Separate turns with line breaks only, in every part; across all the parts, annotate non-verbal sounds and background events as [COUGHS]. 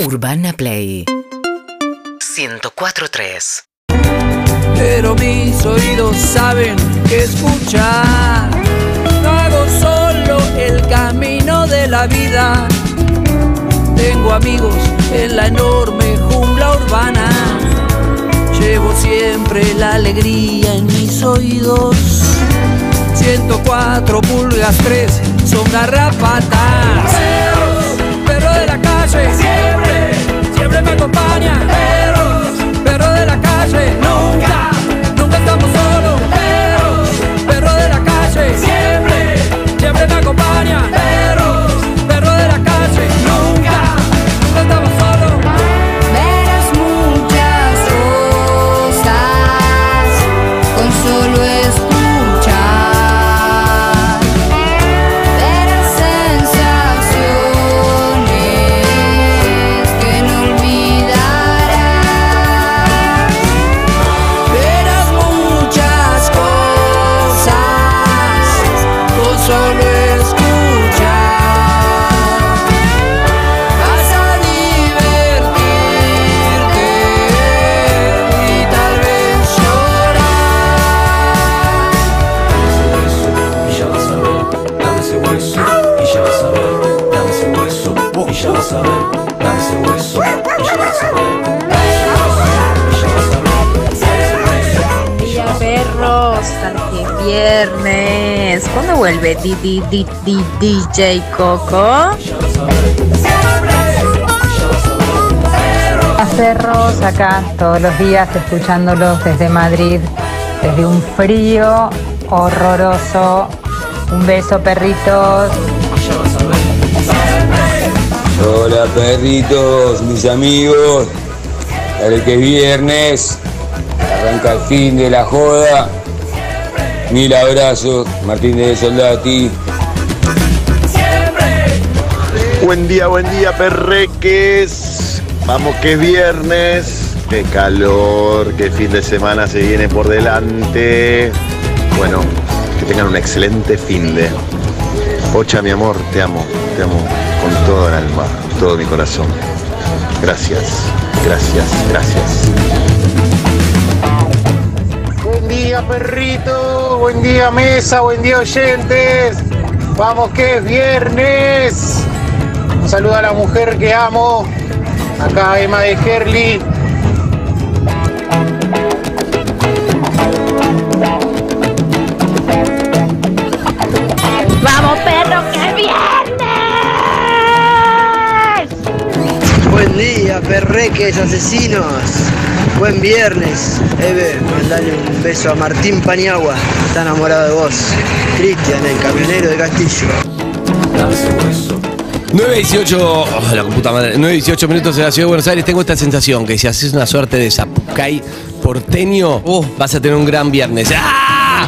Urbana Play 104.3
pero mis oídos saben que escuchar. No hago solo el camino de la vida. Tengo amigos en la enorme jungla urbana. Llevo siempre la alegría en mis oídos. 104 pulgas 3 son garrapatas. Perros, perro de la calle. Siempre, siempre me acompaña. Perros, perro de la calle. Nunca, nunca estamos solos. Perros, perro de la calle. Siempre, siempre me acompaña. Perros, perro de la calle. Nunca, nunca estamos solos.
Verás muchas cosas con solo escuchar. Verás sensaciones que no olvidarás. Verás muchas cosas con solo escuchar. Vas a divertirte y tal vez llorar.
y ya vas a ver, dame ese hueso, y ya vas a ver, dame ese hueso, y ya vas a ver, dame ese hueso, y ya vas a ver.
Hola perros, aquí es viernes. ¿Cuándo vuelve Di- Di- Di- Di- DJ Coco?
Hola, perros, acá todos los días escuchándolos desde Madrid, desde un frío horroroso. Un beso, perritos.
Hola perritos, mis amigos. Dale que es viernes. Arranca el fin de la joda. Mil abrazos, Martín de Soldati.
Buen día, buen día, perreques. Vamos que es viernes. Qué calor, qué fin de semana se viene por delante. Bueno, que tengan un excelente fin de. Ocha, mi amor, te amo, te amo con todo el alma, todo mi corazón. Gracias, gracias, gracias.
Buen día, perrito. Buen día, mesa. Buen día, oyentes. Vamos, que es viernes. Un saludo a la mujer que amo. Acá, Emma de Gerli.
¡Vamos perro, que viernes!
Buen día, perreques, asesinos. Buen viernes. Eve, mandale un beso a Martín Paniagua. Está enamorado de vos. Cristian, el camionero de Castillo.
9 18, oh, la puta madre, 9 18 minutos de la ciudad de Buenos Aires. Tengo esta sensación que si haces una suerte de zapucay porteño, vas a tener un gran viernes. ¡Ah!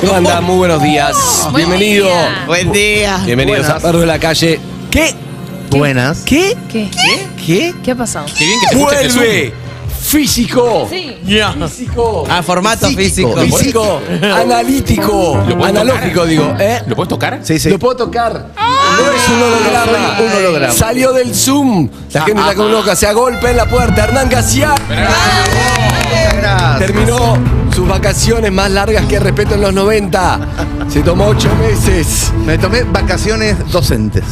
¿Cómo andás? Muy buenos días.
Buen
Bienvenido.
día.
Buen día. Bienvenidos a Perro de la Calle. ¿Qué?
Buenas.
¿Qué?
¿Qué?
¿Qué?
¿Qué ha pasado?
Qué bien que se escucha este
Vuelve. Físico.
Sí.
Físico.
Ah, formato físico.
Físico. Analítico.
puedo
Analógico,
tocar?
digo. ¿Eh?
¿Lo puedes Ah, tocar?
Sí, sí.
Lo puedo tocar. No es un holograma.
Un holograma.
Salió del Zoom. La gente
Ah.
está como loca. Se agolpa en la puerta. Hernán García
Gracias.
Ah,
terminó sus vacaciones más largas que respeto en los 90. Se tomó ocho meses.
Me tomé vacaciones docentes.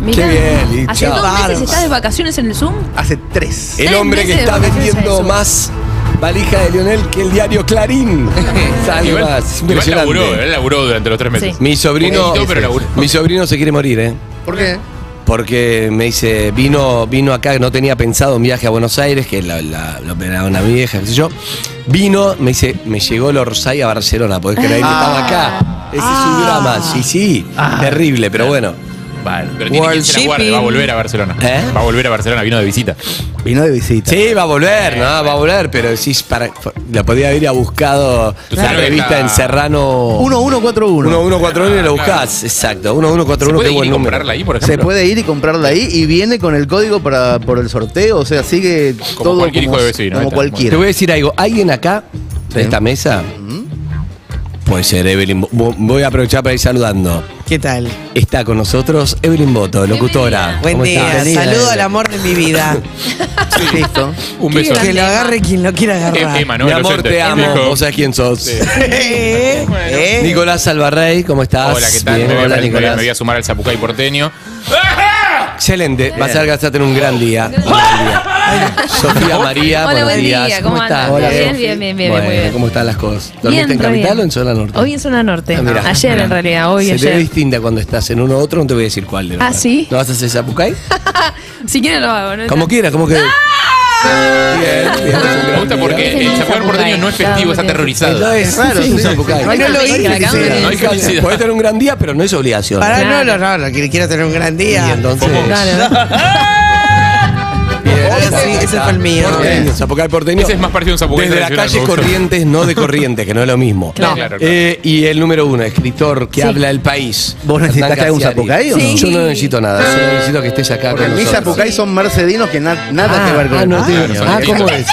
Mirá,
Qué bien, y
¿Hace
chao.
dos meses
Barbas.
estás de vacaciones en el Zoom?
Hace tres.
El
Seis
hombre que
meses de
está
vacaciones en el
vendiendo
sur.
más valija de Lionel que el
[LAUGHS]
diario Clarín. Sale
Igual,
más.
igual
Impresionante.
laburó, ¿eh? él laburó durante los tres meses.
Sí.
Mi sobrino,
Poquito, pero laburó.
mi sobrino se quiere morir, ¿eh?
¿Por qué?
Porque me dice, vino, vino acá, no tenía pensado un viaje a Buenos Aires, que la, la, lo operaba una vieja, qué sé yo. Vino, me dice, me llegó el Orsay a Barcelona, podés creer que estaba acá. Ese es
Ah.
un drama, sí, sí,
Ah.
terrible, pero bueno.
Vale. Pero tiene
World
que se la guarde, va a volver a Barcelona.
¿Eh?
Va a volver a Barcelona, vino de visita.
Vino de visita.
Sí, va a volver, ¿no? Va a volver, pero decís, para, la podía haber buscado
Tú
la
sabes que
revista
está-
en Serrano.
1141.
1141 y lo buscás, exacto. 1141,
Ah, ¿Se puede
qué
ir
buen
y
número.
comprarla ahí, por ejemplo?
Se puede ir y comprarla ahí y viene con el código para por el sorteo, o sea, sigue
Como
todo
cualquier
como,
hijo de vecino, ahí
como
está.
Te
cualquiera.
voy a decir algo. ¿Alguien acá,
Mm.
de esta mesa? Puede ser Evelyn. Vo- Voy a aprovechar para ir saludando. ¿Qué tal? Está con nosotros Evelyn Boto, locutora.
Buen
¿Cómo
día,
estás?
saludo al amor de mi vida.
listo.
Un
beso.
[LAUGHS] Que lo agarre quien lo quiera
Em,
agarrar.
Mi amor, te amo. Vos sabés quién sos.
Eh, eh.
Nicolás Alvarrey, ¿cómo estás?
Hola, ¿qué tal?
Bien,
me, voy a,
hola,
me voy a-
Nicolás.
me voy a sumar al Zapucay porteño.
Excelente. Vas a ver que vas a tener un gran día. Un gran
[LAUGHS]
día. Sofía María,
Hola,
buenos
buen día,
días.
¿cómo
estás?
andan? Bien, bien, bien, bien,
Bueno,
muy bien.
¿Cómo están las cosas? ¿Dormiste
Bien,
en
re
Capital
bien.
o en Zona Norte?
Hoy en Zona Norte.
Ah, mirá,
ayer
mirá.
en realidad, hoy,
Se te ve
ayer.
distinta cuando estás en uno u otro, no te voy a decir cuál. de
Ah,
verdad.
¿sí?
¿No vas a hacer Zapucay?
[LAUGHS] Si quieren lo hago, ¿no? ¡Ah!
Como quieras, como que. Bien, bien, es un gran
Me gusta
día.
porque el Zapucay porteño no es festivo, está aterrorizado.
No, es raro, sí, Zapucay.
No lo hice,
No hay felicidad.
Puede tener un gran día, pero no es obligación.
Para, no, no, no, no, que quiero tener un gran día.
Y entonces. [LAUGHS]
Ahora sí, ese fue el mío.
Porteño, Zapucay porteño.
Ese es más parecido a un Zapucay
Desde la
tradicional,
calle
me gusta.
Corrientes, no de Corrientes, que no es lo mismo.
Claro. Claro, claro.
Eh, y el número uno, escritor que habla el país.
¿Vos necesitas
Hernán
que haga un
Cassiari.
Zapucay o no? Sí.
Yo no necesito nada, solo necesito que estés acá
Porque
con
mis
nosotros.
Zapucay son mercedinos que na- nada que ver con
ah,
el
no
país.
tiene-
Ah,
ah, ¿cómo es?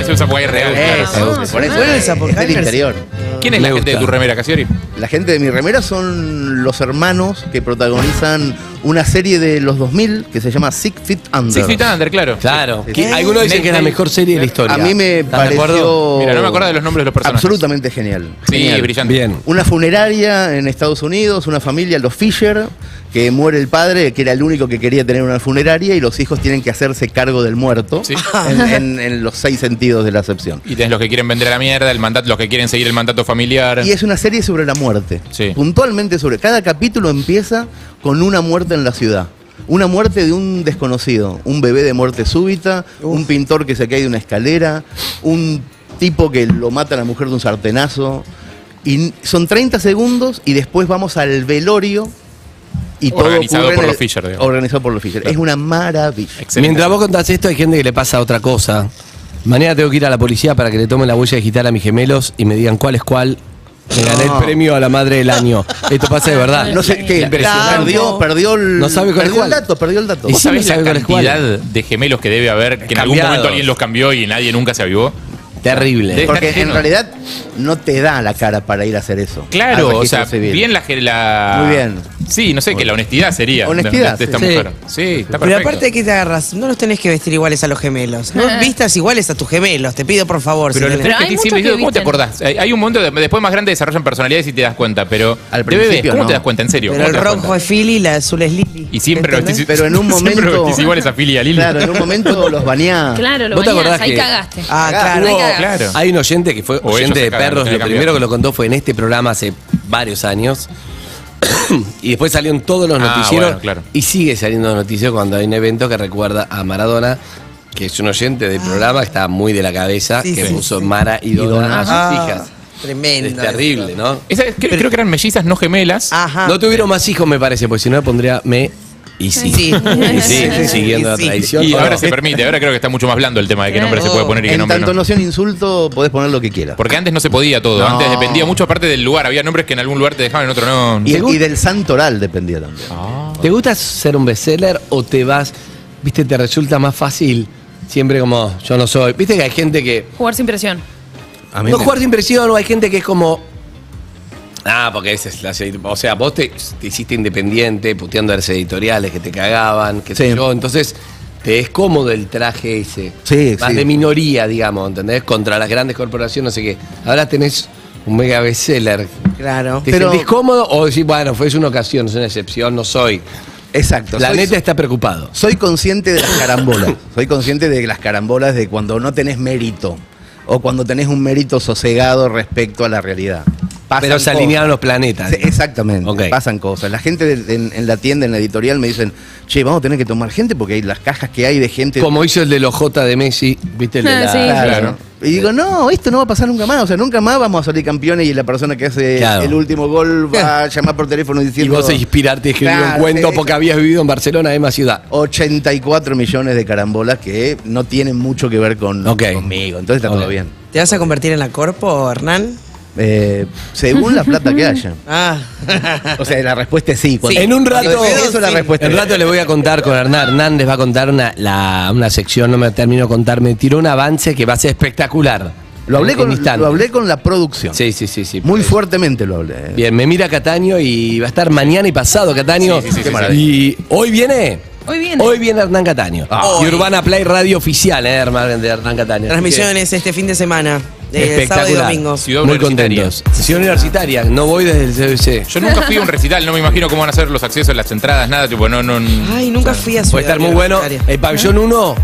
[LAUGHS] Eso es más parecido a un Zapucay real.
Eso, por
Ah,
eso
¿eh?
Bueno, el
es
Zapucay
del
merce-
interior.
¿Quién es
Me
la gente de
gusta.
tu remera, Casiori?
La gente de mi remera son los hermanos que protagonizan una serie de los 2000 que se llama Six Feet Under.
Sí, sí, Thunder, claro.
Claro.
Sí.
que Algunos dicen que es la mejor serie de la historia.
A mí me
¿Estás de acuerdo?
pareció
Mira, no me acuerdo de los nombres de los personajes.
absolutamente genial.
Sí,
Genial.
brillante.
Bien.
Una funeraria en Estados Unidos, una familia, los Fisher, que muere el padre, que era el único que quería tener una funeraria, y los hijos tienen que hacerse cargo del muerto
Sí.
en, en- en los seis sentidos de la acepción.
Y tenés los que quieren vender a la mierda, el mandato, los que quieren seguir el mandato familiar.
Y es una serie sobre la muerte.
Sí.
Puntualmente sobre. Cada capítulo empieza con una muerte en la ciudad. Una muerte de un desconocido, un bebé de muerte súbita, un pintor que se cae de una escalera, un tipo que lo mata a la mujer de un sartenazo. Y n- son 30 segundos y después vamos al velorio y todo
Organizado
ocurre en
por
el-
los Fisher, digamos.
Organizado por los Fisher. Es una maravilla.
Excelente.
Mientras vos contás esto, hay gente que le pasa otra cosa. Mañana tengo que ir a la policía para que le tomen la huella digital a mis gemelos y me digan cuál es cuál. Me gané el premio a la madre del año. Esto pasa de verdad.
No sé qué.
Impresionante.
Perdió, perdió el,
No sabe cuál es
perdió
cuál.
el dato, perdió el dato.
Y
¿Vos
sí,
sabés
me
la
sabe cuál es
cantidad de gemelos que debe haber, que en algún
Cambiados.
momento alguien los cambió y nadie nunca se avivó?
Terrible.
De-
Porque
Está
en
lleno.
realidad no te da la cara para ir a hacer eso. al
Claro, o
registro
sea,
civil.
bien la, ge- la-
Muy bien.
Sí, no sé, que la honestidad sería. de-
Honestidad,
De, esta
sí.
mujer. Sí, está
Pero
perfecto.
aparte de que te agarras, no los tenés que vestir iguales a los gemelos. No
[LAUGHS]
vistas iguales a tus gemelos, te pido por favor. si
Pero los
tenés-
tres que
hay
te-
muchos
siempre
que
digo, ¿cómo te
visten.
acordás? Hay, hay un momento, de- después más grande desarrollan personalidades y te das cuenta, pero
Al
de bebés,
principio
¿cómo
no.
te das cuenta? En serio.
Pero
¿cómo
el
te das
rojo
cuenta?
es Philly y la azul es Lili.
Y siempre lo
¿Entendés?
vestís,
Pero [LAUGHS] en
[LAUGHS]
un
siempre lo
momento-
vestís iguales a Fili y a Lili.
Claro, en un momento [LAUGHS] los bañá.
Claro, lo
¿Vos te
bañás,
acordás
ahí
que-
cagaste.
Ah, claro.
Ahí
Oh,
cagaste.
claro.
Hay un oyente que fue
O ellos
oyente
se
de
cagan,
perros,
tiene
lo
que
primero
cambiar.
que lo contó fue en este programa hace varios años. [COUGHS] y después salió en todos los
Ah,
noticieros.
bueno, claro.
Y sigue saliendo en los noticieros cuando hay un evento que recuerda a Maradona, que es un oyente del programa, que está muy de la cabeza,
Ah. Sí,
que
sí, Ah,
puso Mara y Dona a sus hijas.
Tremendo.
Es terrible, ¿no?
Esa- creo, creo que eran mellizas no gemelas.
Ah.
Ajá.
No tuvieron más hijos, me parece, porque si no le pondría me y sí.
Sí.
Y sí,
Sí.
siguiendo la
Sí.
tradición.
Y
¿o
ahora
no?
se permite, ahora creo que está mucho más blando el tema de qué nombre se
Claro.
puede poner y qué
En
nombre
tanto
no.
no sea un insulto, podés poner lo que quieras.
Porque antes no se podía todo,
No.
antes dependía mucho aparte del lugar, había nombres que en algún lugar te dejaban, en otro no.
Y, y del santoral dependía también.
Ah. ¿Te gusta ser un bestseller o te vas, viste, te resulta más fácil siempre como yo no soy? Viste que hay gente que.
Jugar sin presión.
A
No jugar de impresión o hay gente que es como. Ah, porque esa es la. O sea, vos te, te hiciste independiente puteando a las editoriales que te cagaban, que sé
Sí.
yo. Entonces. Te es cómodo el traje ese.
Sí,
Más
sí.
de minoría, digamos, ¿entendés? Contra las grandes corporaciones, no sé qué. Ahora tenés un mega bestseller.
Claro.
¿Te
Pero-
sentís cómodo o decís, bueno, fue es una ocasión, es una excepción, no soy?
Exacto.
La
soy,
neta está preocupado.
soy consciente de las carambolas. soy consciente de las carambolas de cuando no tenés mérito. O cuando tenés un mérito sosegado respecto a la realidad. Pasan
Pero se
cosas.
alinearon los planetas.
Sí, exactamente,
Ok.
pasan cosas. La gente del- en, en la tienda, en la editorial, me dicen, che, vamos a tener que tomar gente porque hay las cajas que hay de gente.
Como hizo el de los J de Messi, ¿viste? El de
Ah,
la-
sí.
Claro.
Claro.
Y digo, no, esto no va a pasar nunca más. O sea, nunca más vamos a salir campeones y la persona que hace
Claro.
el último gol
[LAUGHS]
va a llamar por teléfono
Y
diciendo.
vos inspirarte y escribir un
Claro,
cuento
sí.
porque habías vivido en Barcelona, además ciudad.
84 millones de carambolas que no tienen mucho que ver con
Ok.
conmigo. Entonces está
Ok.
todo bien.
¿Te vas a convertir en la corpo, Hernán?
Eh, según la plata que haya.
[LAUGHS] Ah.
O sea, la respuesta es sí. Cuando-
En un rato,
Eso es la respuesta.
en un rato les voy a contar con Hernán. Hernán les va a contar una, la- una sección, no me termino de contar, me tiró un avance que va a ser espectacular.
Eh, Lo hablé,
En
con,
instantes.
lo hablé con la producción.
Sí, sí, sí, sí.
Muy fuertemente lo hablé. eh.
Bien, me mira Cataño y va a estar mañana y pasado Cataño.
Sí, sí, sí,
Qué
sí,
maravilla. y hoy viene.
Hoy viene.
Hoy viene Hernán Cataño.
Ah.
Y Urbana Play Radio Oficial, eh, hermano de Hernán Cataño.
Transmisiones este fin de semana. eh, sábado y
Espectacular.
domingo.
Muy contentos. Ciudad Universitaria. No voy desde el CBC.
Yo nunca fui a un recital, no me imagino cómo van a ser los accesos, las entradas, nada, tipo, no, no.
Ay, nunca fui a Ciudad
Puede estar muy bueno.
Universitaria.
El pabellón 1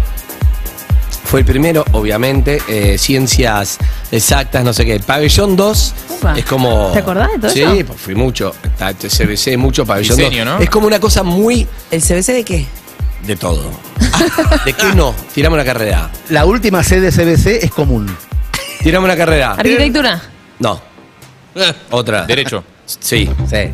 fue el primero, obviamente. eh, ciencias exactas, no sé qué. El pabellón 2
Upa.
es como.
¿Te acordás de todo
sí,
eso?
Sí, pues fui mucho. Está el CBC, mucho pabellón
Diseño,
2.
¿no?
Es como una cosa muy.
¿El CBC de qué?
De todo. [LAUGHS] ¿De qué no? Tiramos la carrera.
La última sede CBC es común.
Tiramos la carrera.
Arquitectura.
No. Otra.
Derecho.
Sí. Sí.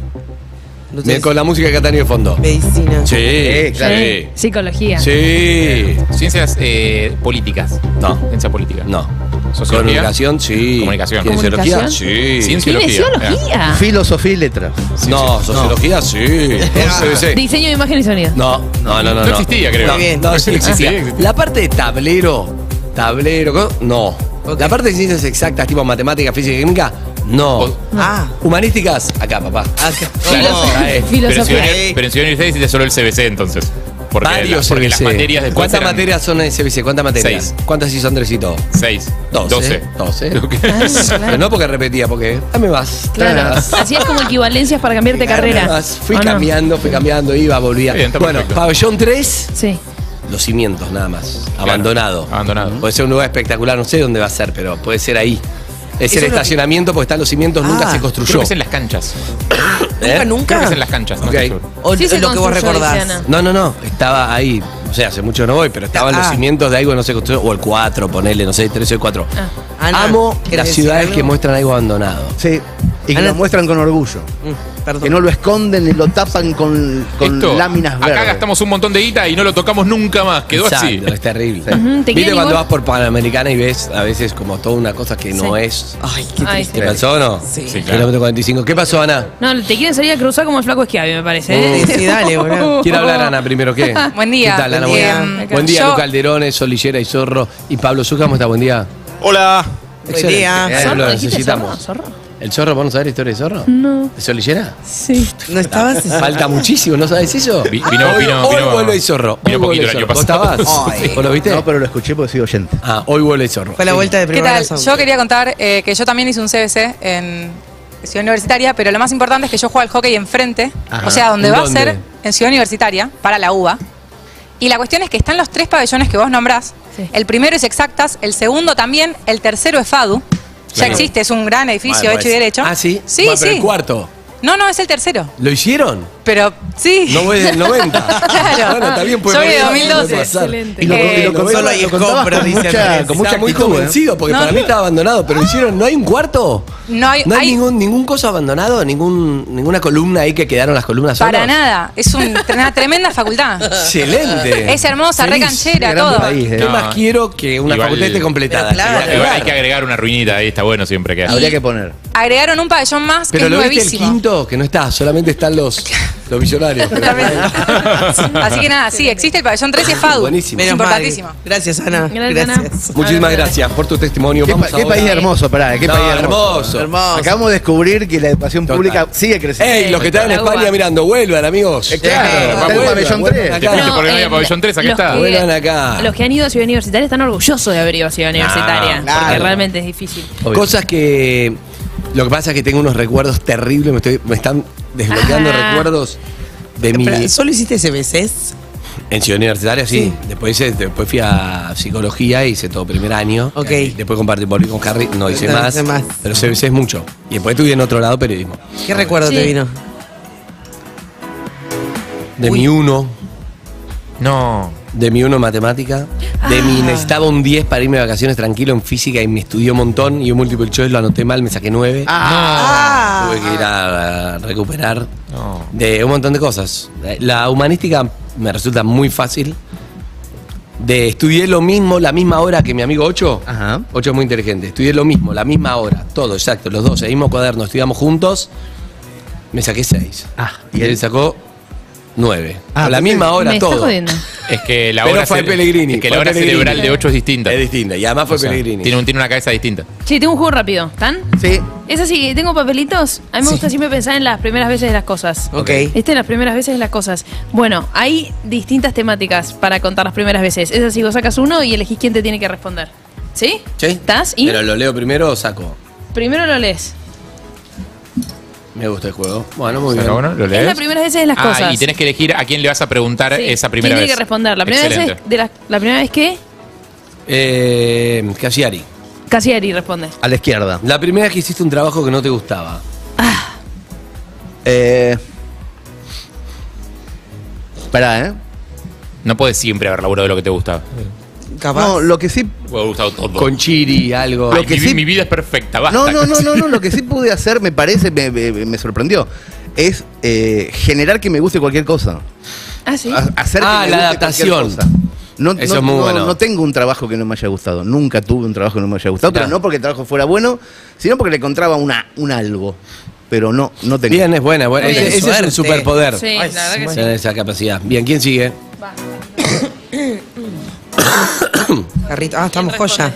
Con la música de Cataño de fondo.
Eh. Medicina.
Sí, claro.
Sí. Psicología.
Sí.
Eh. Ciencias eh, políticas.
No.
Ciencia política.
No.
Sociología.
Comunicación, sí.
Comunicación.
Cienciología, sí.
Kinesiología.
Filosofía y letras.
No, sociología, sí. Sí, sí.
Diseño de imagen y sonido.
No, no, no, no.
No existía, creo.
No, no, sí existía.
Sí, existía.
La parte de tablero, tablero, co- no. La parte de ciencias exactas, tipo matemática, física y química, no.
Ah,
Humanísticas, acá, papá.
Claro.
Filoso-
Ahí. Pero en
filosofía.
Ciudad Univers- pero en Ciudad Universitaria hiciste solo el CBC entonces. Porque, la-
Varios
porque
CBC.
las materias después
¿Cuántas
eran
materias son en CBC? ¿Cuántas materias?
Seis.
¿Cuántas sí son tres y todo?
Seis.
Doce. Doce.
[LAUGHS]
Ah, claro.
Pero no porque repetía, porque. Dame más. dame
Claro.
más.
Hacías como equivalencias para cambiarte de carrera.
Además, Fui
¿o no?
cambiando, fui cambiando, iba, volvía.
Bien, está
bueno,
perfecto.
pabellón 3,
Sí.
los cimientos nada más.
Claro,
abandonado.
Abandonado.
Puede ser un lugar espectacular, no sé dónde va a ser, pero puede ser ahí.
Eso
Es el
es lo que-
estacionamiento porque están los cimientos, nunca
Ah,
se
Creo
construyó.
que es en las canchas.
¿Eh?
Creo que
nunca.
es en las canchas. no
Ok.
estoy seguro.
O
Sí se
lo que vos
construyó,
recordás.
Luciana.
No, no, no. Estaba ahí. O sea, hace mucho no voy, pero estaban los
Ah.
cimientos de algo que no se construyó. O el 4, ponele, no sé, 3 o el 4.
Ah.
Ana,
Amo
¿querés
las
decir
ciudades
algo?
que muestran algo abandonado.
Sí. Y que
Ana-
lo muestran con orgullo.
Mm, Perdón.
Que no lo esconden y lo tapan con, con
Esto,
láminas verdes.
Acá gastamos un montón de guita y no lo tocamos nunca más. Quedó
Exacto,
así.
Es terrible.
Ujú, te
Viste
quedan
cuando
igual-
vas por Panamericana y ves a veces como toda una cosa que no
Sí.
es.
Ay, qué
Ay,
triste.
¿Te pasó o no?
Sí.
Sí, claro.
Kilómetro 45. ¿Qué pasó, Ana?
No, te quieren salir a cruzar como el flaco esquiavi, me parece. ¿eh?
Sí, dale,
[LAUGHS]
[LAUGHS]
boludo.
Quiero hablar, Ana, primero. ¿Qué?
Buen día.
¿Qué tal, Ana?
Buen
Buen
día.
día. Buen día, Luca Alderone, Solillera y Zorro. Y Pablo Suja, ¿cómo está? Buen día.
Hola.
Excelente.
día.
Eh,
¿Zorro?
lo
¿Dijiste
necesitamos.
zorro? ¿Zorro?
¿El Zorro? ¿Vamos a ver la historia de Zorro?
No.
¿De Solillera?
Sí.
¿No estabas?
[LAUGHS] Falta muchísimo, ¿no sabes eso? Ah,
Vi- vino-
hoy,
vino-
hoy
vino-
vuelve el Zorro.
vino
Hoy vuelve
poquito
el
el año
Zorro. ¿Vos
pasado.
estabas?
Ay.
¿Vos lo viste?
No, pero lo escuché porque soy oyente.
Ah, hoy vuelve el Zorro.
Fue la vuelta de
¿Qué
primera
tal?
razón.
Yo quería contar eh, que yo también hice un CBC en Ciudad Universitaria, pero lo más importante es que yo juego al hockey enfrente,
Ajá.
o sea, donde
¿En
va
dónde?
a ser en Ciudad Universitaria, para la UBA. Y la cuestión es que están los tres pabellones que vos nombrás.
Sí.
El primero es Exactas, el segundo también, el tercero es FADU. Ya
Claro.
existe, es un gran edificio
Bueno,
hecho y
pues.
derecho.
Ah, sí.
Sí,
Bueno, Pero
sí.
el cuarto.
No, no, es el tercero.
¿Lo hicieron?
Pero sí.
No voy del 90.
Claro.
Bueno, está bien, pues puede
Soy de
pasar, puede
2012.
pasar.
Excelente.
Y lo, y lo
Eh,
contabas-
solo hay
lo contabas
escombros,
con
dice
mucha,
Andrés.
con mucha
Estaba muy
actitud, ¿eh?
convencido porque
No,
para
no.
mí estaba abandonado, pero hicieron, ¿no hay un cuarto?
No hay-
no hay,
Eh, hay-
ningún, ningún coso abandonado, ningún, ninguna columna ahí que quedaron las columnas solas.
Para nada. Es un- una
[LAUGHS]
tremenda facultad.
Excelente.
Es hermosa, re
Feliz,
canchera,
qué gran
todo.
país, ¿eh? ¿Qué
No.
más quiero que una
Igual-
facultad esté completada?
Pero claro.
Que la-
Igual hay que agregar una ruinita ahí, está bueno siempre que
Habría que poner.
Agregaron un pabellón más que
Pero
es
lo viste el
nuevísimo. [LAUGHS]
quinto, que no está, solamente están los, los millonarios. pero-
Totalmente. [LAUGHS] Así que nada, sí, existe el pabellón 13 FADU.
Buenísimo.
Es
Menos mal.
importantísimo.
Gracias, Ana.
Gracias, Ana.
Gracias.
Muchísimas gracias por tu testimonio.
¿Qué, pa-
Vamos
qué
ahora-
país hermoso, pará, qué
No,
país hermoso.
hermoso.
Hermoso.
Acabamos de descubrir que la educación
Total.
pública sigue creciendo.
Ey, los que están en
La uva.
España mirando, vuelvan, amigos.
Eh, claro,
Vuelvan,
está el
vuelvan,
pabellón
vuelvan
tres.
acá.
Te fuiste por el
eh,
medio pabellón tres, acá
los
está.
que-
Vuelan acá.
Los que han ido a Ciudad Universitaria están orgullosos de haber ido a Ciudad Universitaria.
claro.
Porque realmente es difícil.
Obvio. Cosas que. Lo que pasa es que tengo unos recuerdos terribles, me, estoy, me están desbloqueando
Ah.
recuerdos de mi.
Pero, ¿Solo hiciste CBCs?
En Ciudad Universitaria, sí. Después, hice- después fui a psicología, hice todo primer año.
Ok.
Después compartí, volví con Harry, no hice
No
más.
hice más.
Pero CBC es mucho. Y después estudié en otro lado periodismo.
¿Qué recuerdo
Sí.
te vino?
De
Uy.
mi uno,
No.
de mi uno en matemática. De
Ah.
mi necesitaba un 10 para irme de vacaciones tranquilo en física y me estudió un montón. Y un multiple choice lo anoté mal, me saqué 9.
Ah.
Tuve que ir a, a recuperar
No.
de un montón de cosas. La humanística me resulta muy fácil. De estudié lo mismo, la misma hora que mi amigo Ocho.
Ajá.
Ocho es muy inteligente. Estudié lo mismo, la misma hora, todo, exacto, los dos, el mismo cuaderno, estudiamos juntos. Me saqué seis.
Ah,
y él sacó nueve.
Ah,
A la
entonces-
misma hora,
me
todo.
está jodiendo.
Es que la
Pero
hora,
fue
cere-
Pellegrini,
es que
fue
la hora
Pellegrini.
cerebral de 8 es distinta. Es
distinta, y además
fue
Pellegrini.
Tiene, un- tiene una cabeza distinta.
Che, tengo un juego rápido. ¿Están?
Sí.
Es así, tengo papelitos. A mí me gusta siempre pensar en las primeras veces de las cosas.
Ok.
Este, las primeras veces de las cosas. Bueno, hay distintas temáticas para contar las primeras veces. Es así, vos sacas uno y elegís quién te tiene que responder. ¿Sí? ¿Estás? ¿Y?
Pero lo leo primero o saco.
Primero lo lees.
Me gusta el juego. Bueno, muy bien.
¿Está bueno? ¿Lo
Es la primera vez de las
ah,
cosas.
y tenés que elegir a quién le vas a preguntar
Sí.
esa primera
¿Quién
vez.
tiene que responder? La primera, vez,
Excelente.
es- de la, la primera vez que
Eh, Casiari.
casi Ari responde.
A la izquierda. La primera vez que hiciste un trabajo que no te gustaba.
Eh, pará, ¿eh?
No puedes siempre haber laburado lo que te gusta.
No, lo que sí.
Me ha gustado todo.
Con Chiri, algo.
Lo que
mi, vi-
sí-
mi vida es perfecta, basta.
No, no, no, no, no, Lo que sí pude hacer, me parece, me, me- me sorprendió, es eh, generar que me guste cualquier cosa.
Ah, sí.
Ha- Hacer que
Ah,
me
la
guste cualquier
adaptación.
cosa. No,
Eso
no-
es muy
no-
bueno.
no tengo un trabajo que no me haya gustado. Nunca tuve un trabajo que no me haya gustado, pero
Claro.
no porque el trabajo fuera bueno, sino porque le encontraba una, un algo. Pero no, no tenía.
Bien, es buena, buena.
Muy
Ese,
bien.
ese es un
Suerte.
superpoder.
Sí, la verdad que
Tener Esa capacidad. Bien, ¿quién sigue?
Carrito. Ah, estamos joya.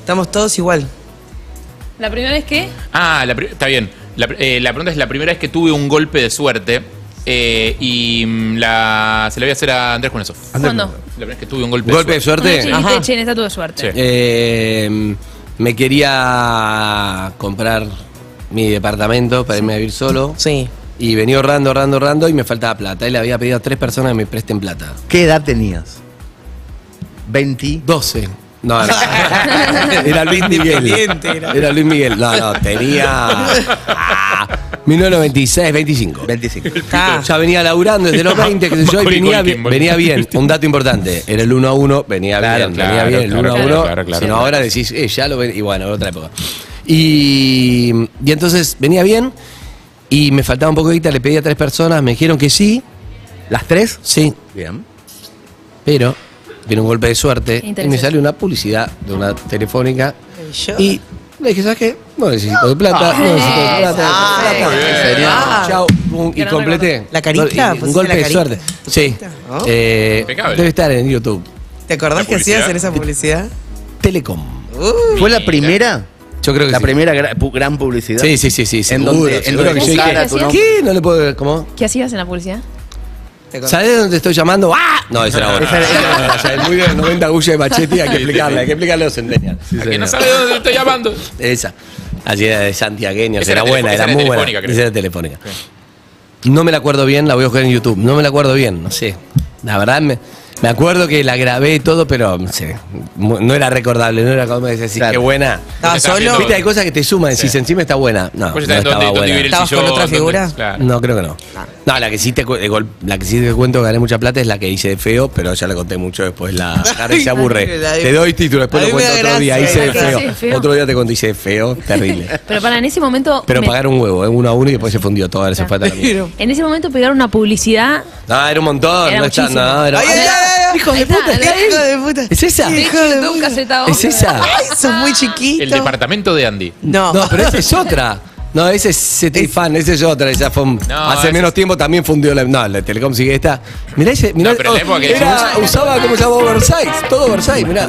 Estamos todos igual.
La primera vez que
Ah, la pri- está bien. La, pr- eh, la pregunta es la primera vez que tuve un golpe de suerte. eh, y mm, la, se la voy a hacer a Andrés Cuneso.
¿Cuándo?
La primera vez que tuve un golpe,
¿Golpe de
de suerte.
suerte? Ah.
Una chinita de Chen, estatua de suerte.
Sí.
Eh, me quería comprar mi departamento para irme a vivir solo.
Sí.
Y venía ahorrando, ahorrando, ahorrando y me faltaba plata. Y le había pedido a tres personas que me presten plata.
¿Qué edad tenías? 20.
12. No,
[LAUGHS]
no. Era Luis Miguel.
Independiente era.
Era Luis Miguel. No, no, tenía. Ah, 1996, 25. [LAUGHS]
25.
Ya venía laburando desde
[LAUGHS]
los 20, qué sé yo, y
Macaulay
venía,
Culkin,
bien-
boludo.
venía bien. Un dato importante, era el 1 a 1, venía
Claro,
bien,
claro,
venía bien, el
claro,
1 a 1.
claro, claro, claro.
sino ahora decís, eh, ya lo ven, y bueno, era otra época. Y, y entonces venía bien, y me faltaba un poco de guita, le pedí a tres personas, me dijeron que sí.
¿Las tres?
Sí,
Bien.
pero viene un golpe de suerte
Qué
y me
interesante.
sale una publicidad de una telefónica
Y
le dije, ¿sabes qué? No necesito de plata,
Ah,
no necesito de plata.
ah,
plata,
muy bien.
señor.
Ah.
Chau, pum, y
Gran
completé.
recuerdo. ¿La carita?
Y Un
¿Pusiste
golpe
la
de
carita?
suerte. Sí.
¿No?
Eh,
Impecable.
debe estar en YouTube.
¿Te acordás que hacías en esa publicidad?
Telecom.
¿Fue la primera?
Yo creo que
La
sí.
primera gra- pu- gran publicidad.
Sí, sí, sí, sí.
En
seguro,
donde, en
seguro
donde
que yo
tu
dije,
cara, tu nombre.
¿Qué? No le puedo. ¿Cómo?
¿Qué hacías en la publicidad?
¿Sabés dónde estoy llamando? ¡Ah! No, esa era otra.
Esa
[LAUGHS]
era-
O sea, es muy de 90 Gulla de machete, hay que explicarle, hay que explicarle a los centenias.
Que no sabe dónde estoy llamando.
Esa. Así era de santiagueña,
Esa
era,
era
buena,
telefó-
era
esa era
muy buena.
telefónica, creo.
Esa era telefónica. No me la acuerdo bien, la voy a buscar en YouTube. No me la acuerdo bien, no sé. La verdad, me, me acuerdo que la grabé y todo, pero no sé. mu- No era recordable, no era como decir, qué buena.
Estaba solo.
Viste, hay cosas que te suman, decís, encima está buena. No, no
Vos Pues ya sabés
estaba
dónde- dónde
buena.
vivir el ¿Estabas con sillón, otra dónde- figura? claro.
No, creo que no. No, la que sí te, cu- eh, gol- la que sí te cuento que gané mucha plata es la que hice de feo, pero ya la conté mucho después. La
[LAUGHS]
Harry se aburre.
Ay, la de-
Te doy título, después
A
lo
mí me
cuento otro
da
día.
gracia.
Hice de
La que
feo.
hice de feo.
Otro día te conté, hice
[LAUGHS]
de feo, terrible.
Pero para en ese momento.
Pero
me-
pagaron un huevo, ¿eh? uno a uno y después se fundió toda esa plata. también.
En ese momento pegaron una publicidad.
No, era un montón,
Era
no está,
muchísimo.
no, era-
Ay, ay, ay, ay, hijo de puta, hijo de puta.
¿Es esa?
Sí, hijo de puta.
¿Es esa?
Ay, sos muy
El
chiquito.
departamento de Andy.
No.
No,
[LAUGHS]
pero esa es otra. No, ese es City Fan, ese es otra. Esa fue un-
No,
hace
ese
menos tiempo también fundió la. No, la Telecom sigue esta. Mirá ese. Mirá, oh,
No, pero en la época que
era-
decís-
usaba, ¿cómo se llamaba? Oversize. Todo Oversize, mirá.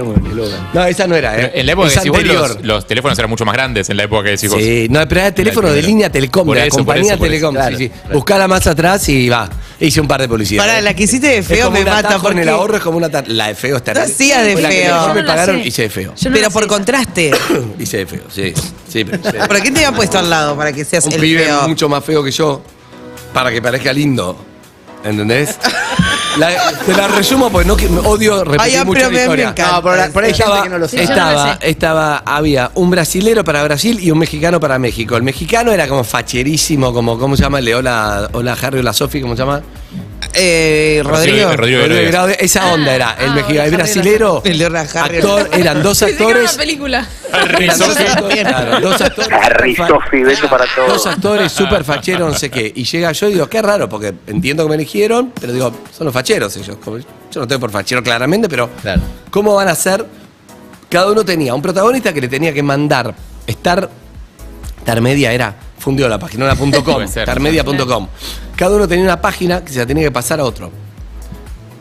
No, esa no era, ¿eh?
En la época que
Esa
decís vos,
anterior.
los, los teléfonos eran mucho más grandes. En la época que decís vos.
Sí, no, pero era el teléfono de
primera.
línea Telecom,
Por
de la
eso, por
compañía
eso, por eso.
Telecom.
Claro,
sí, sí.
claro.
Buscala más atrás y va. Hice un par de publicidades.
Pará, la que hiciste de
Es
feo
como
me
un
mata,
atajo en el
porque-
ahorro es como una. tar- La de feo está.
No hacías de feo. Yo no
me
la
pagaron
sé.
hice de feo.
Yo no Pero la por sé. contraste.
[COUGHS] Hice de feo, sí. sí, pero- sí.
¿Para qué te habían puesto al lado? Para que seas
un
el
pibe
feo.
mucho más feo que yo para que parezca lindo. ¿Entendés? La- te la resumo porque no que- me odio
Ay,
repetir
ah,
mucho
pero
la
me- me
historia.
encanta. No, por ahí- por ahí hay gente
estaba,
que no lo sabe. Sí, yo no
estaba,
la sé.
estaba- había un brasilero para Brasil y un mexicano para México. El mexicano era como facherísimo, como, ¿cómo se llama? El de hola, hola Harry, hola Sofi, ¿cómo se llama?
Eh, Rodrigo. Ah,
Rodrigo Rodríguez.
Grau- esa onda era. El mexicano, el
Harry,
brasilero.
El de Orhan Harry.
actor,
[LAUGHS]
eran dos
Pensé que era
actores.
una película.
eran dos actores- claro, dos actores.
beso para todos.
Dos actores súper facheros, no sé qué. Y llega yo y digo, qué raro, porque entiendo que me eligieron, pero digo, son los facheros ellos. Como yo no estoy por fachero claramente, pero ¿cómo van a ser? Cada uno tenía un protagonista que le tenía que mandar estar. Tarmedia era, fundió la página, era punto .com,
Puede ser.
tarmedia punto com. Cada uno tenía una página que se la tenía que pasar a otro.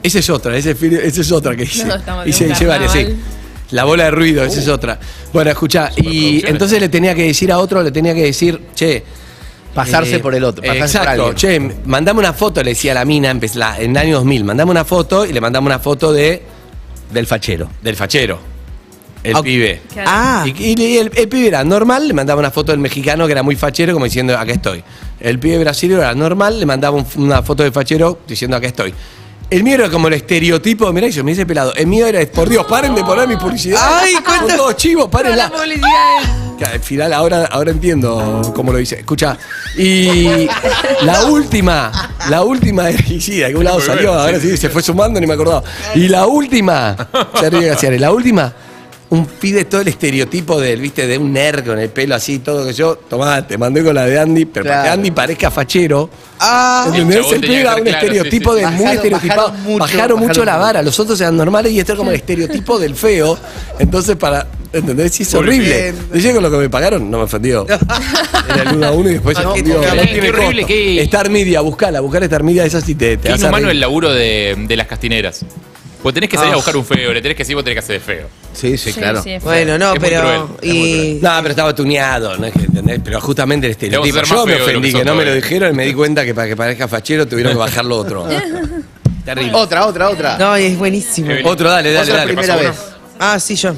Esa es otra, ese fin- esa es otra que hice.
No, estamos en
hice
un
hice varias, sí.
carnaval.
La bola de ruido, esa es otra. Bueno, escuchá, y
Uh. Superproducciones.
entonces le tenía que decir a otro, le tenía que decir, che.
Pasarse por el otro,
eh,
pasarse por
exacto,
alguien.
che, mandame una foto, le decía a la mina empe- la- en el año 2000, mandame una foto y le mandamos una foto de. Del fachero. Del fachero. El pibe.
Claro. Ah.
Y, y le- el, el pibe era normal, le mandaba una foto del mexicano que era muy fachero, como diciendo, acá estoy. El pibe brasileño era normal, le mandaba un- una foto del fachero diciendo, acá estoy. El mío era como el estereotipo, mirá, yo me hice pelado. El mío era, por Dios, paren de poner mi publicidad.
Ay,
cuántos todos chivos, párenla.
publicidad.
Que Al final ahora, ahora entiendo cómo lo dice. Escucha, y la última, la última era- y sí, de algún lado
Muy
salió,
bueno,
ahora
sí.
sí, se fue sumando, ni me acordaba. Y la última, ya le digo a Ciara, la última, un pide todo el estereotipo del, viste, de un nerd con el pelo así, todo que yo, tomá, te mandé con la de Andy, pero para que
Claro.
Andy parezca fachero. Ah,
El
¿entendés?
chabón
El
tenía
pibe
que
era
ser
un
claro, sí,
estereotipo
sí,
de
sí.
muy
Bajaron-
estereotipado.
bajaron mucho,
bajaron mucho
bajaron
la
mucho.
vara, los otros eran normales y este era como el estereotipo del feo. Entonces, para. ¿Entendés? Sí, es
Muy
horrible.
bien.
Dije con lo que me pagaron, no me ofendió. Era el 1 a 1 y después
Ah,
se
qué
digo,
terrible,
no tiene
qué horrible,
costo. Star Media, buscala, buscar Star Media, esa sí te, te
Qué
hace
inhumano
reír.
el laburo de, de las castineras. Pues tenés que salir
Ah.
a buscar un feo, le tenés que decir, vos tenés que hacer de feo.
Sí,
Sí, claro. sí, es feo.
bueno, no,
Es muy
pero.
cruel, es
y... No, pero estaba tuneado, ¿no? es que, ¿entendés? Pero justamente el
vamos a
estereotipo.
hacer
Yo
más
me
feo de lo
ofendí,
que
que, no
sos
me lo
hoy.
dijeron y me di cuenta que para que parezca fachero tuvieron que bajar lo
[LAUGHS]
otro. Terrible.
Otra, otra, otra.
No, y es buenísimo.
Evelyn. Otro, dale, dale,
Otra
dale.
primera
Pasó
vez. Ah, sí, yo.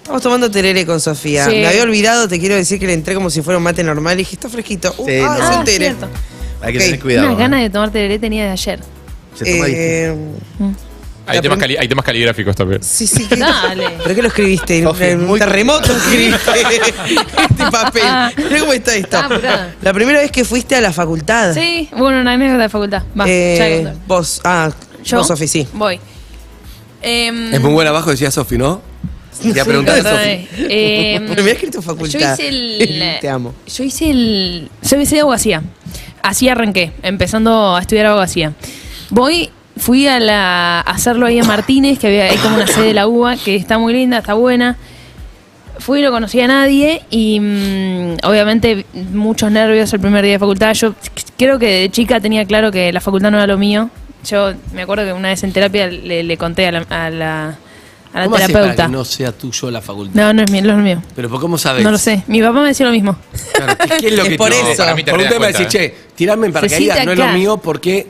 Estamos tomando terere con Sofía.
Sí.
Me había olvidado, te quiero decir que le entré como si fuera un mate normal y dije, está fresquito. Uh,
Sí,
ah,
no.
es un
Ah,
tereré.
cierto.
Hay que
Ok.
tener cuidado. ¿eh?
Unas ganas de tomar tereré tenía de ayer.
Eh,
Hay, temas cali- hay temas caligráficos también.
sí, sí. ¿qué-
Dale.
¿Pero qué lo escribiste? ¿En en un
[LAUGHS]
terremoto escribiste este papel? Mirá cómo está esto.
Ah. apurada.
La primera vez que fuiste a la facultad.
Sí, bueno, una anécdota de facultad. Va,
Eh,
ya que contar.
vos, ah,
¿Yo?
vos, Sofi, sí.
Voy. Em,
Es muy buen abajo, decía Sofi, ¿no? Ya preguntaste a Sofi.
Ay, eh,
Pero me escrito facultad.
Yo hice
[LAUGHS]
el.
Te amo.
Yo hice el. CBC de abogacía. Así arranqué, empezando a estudiar abogacía. Voy, fui a, la, a hacerlo ahí en Martínez, que había hay como una sede de la UBA, que está muy linda, está buena. Fui, no conocía a nadie y mm, obviamente muchos nervios el primer día de facultad. Yo creo que de chica tenía claro que la facultad no era lo mío. Yo me acuerdo que una vez en terapia le, le conté a la, a la, a la
¿Cómo haces para
terapeuta.
que no sea tuyo la facultad?
No, no es mío, no es mío.
Pero ¿por ¿cómo sabes?
No lo sé. Mi papá me decía lo mismo.
¿Qué es lo
Es
que
por
te-
eso. Para mí te
Por un
das
tema de decir,
cuenta,
che, tirame en
Se
paracaídas,
siente
no es lo
acá.
mío, porque.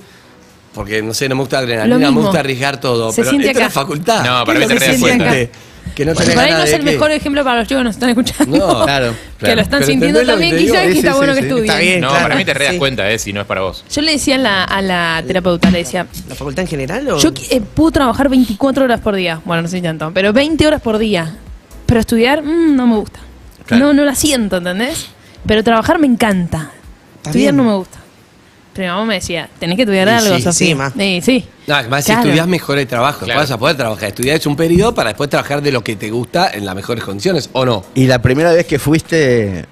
Porque no sé, no me gusta
Lo
adrenalina, me
mismo.
gusta arriesgar todo.
Se
pero
siente
esta
acá.
es la facultad.
No,
¿Qué
para mí
es lo
te
que
das
se
cuenta.
siente? Que no
Por
tenés
ahí
ganas
no es
de
el
qué.
mejor ejemplo para los chicos que nos están escuchando.
No, claro.
[LAUGHS] Que lo están
Pero
sintiendo
entendés lo que
también,
te digo.
quizás que
Sí,
está
sí,
bueno
sí,
que
sí.
estudien.
No, para mí te re das cuenta, eh, si no es para vos.
Yo le decía a la, a la terapeuta, le decía,
¿La facultad en general o...?
yo qui- eh, puedo trabajar 24 horas por día. Bueno, no sé si tanto, pero 20 horas por día. Pero estudiar, mm, no me gusta.
Claro.
No, no la siento, ¿entendés? Pero trabajar me encanta.
Está
estudiar
bien.
no me gusta. Pero mi mamá me decía, tenés que estudiar
Y
algo,
sí,
Sofía.
sí, ma.
Sí, sí.
No, más
Claro.
si estudias mejor el trabajo. Vas a poder trabajar. Estudiar es un periodo para después trabajar de lo que te gusta en las mejores condiciones, ¿o no?
[LAUGHS] Y la primera vez que fuiste,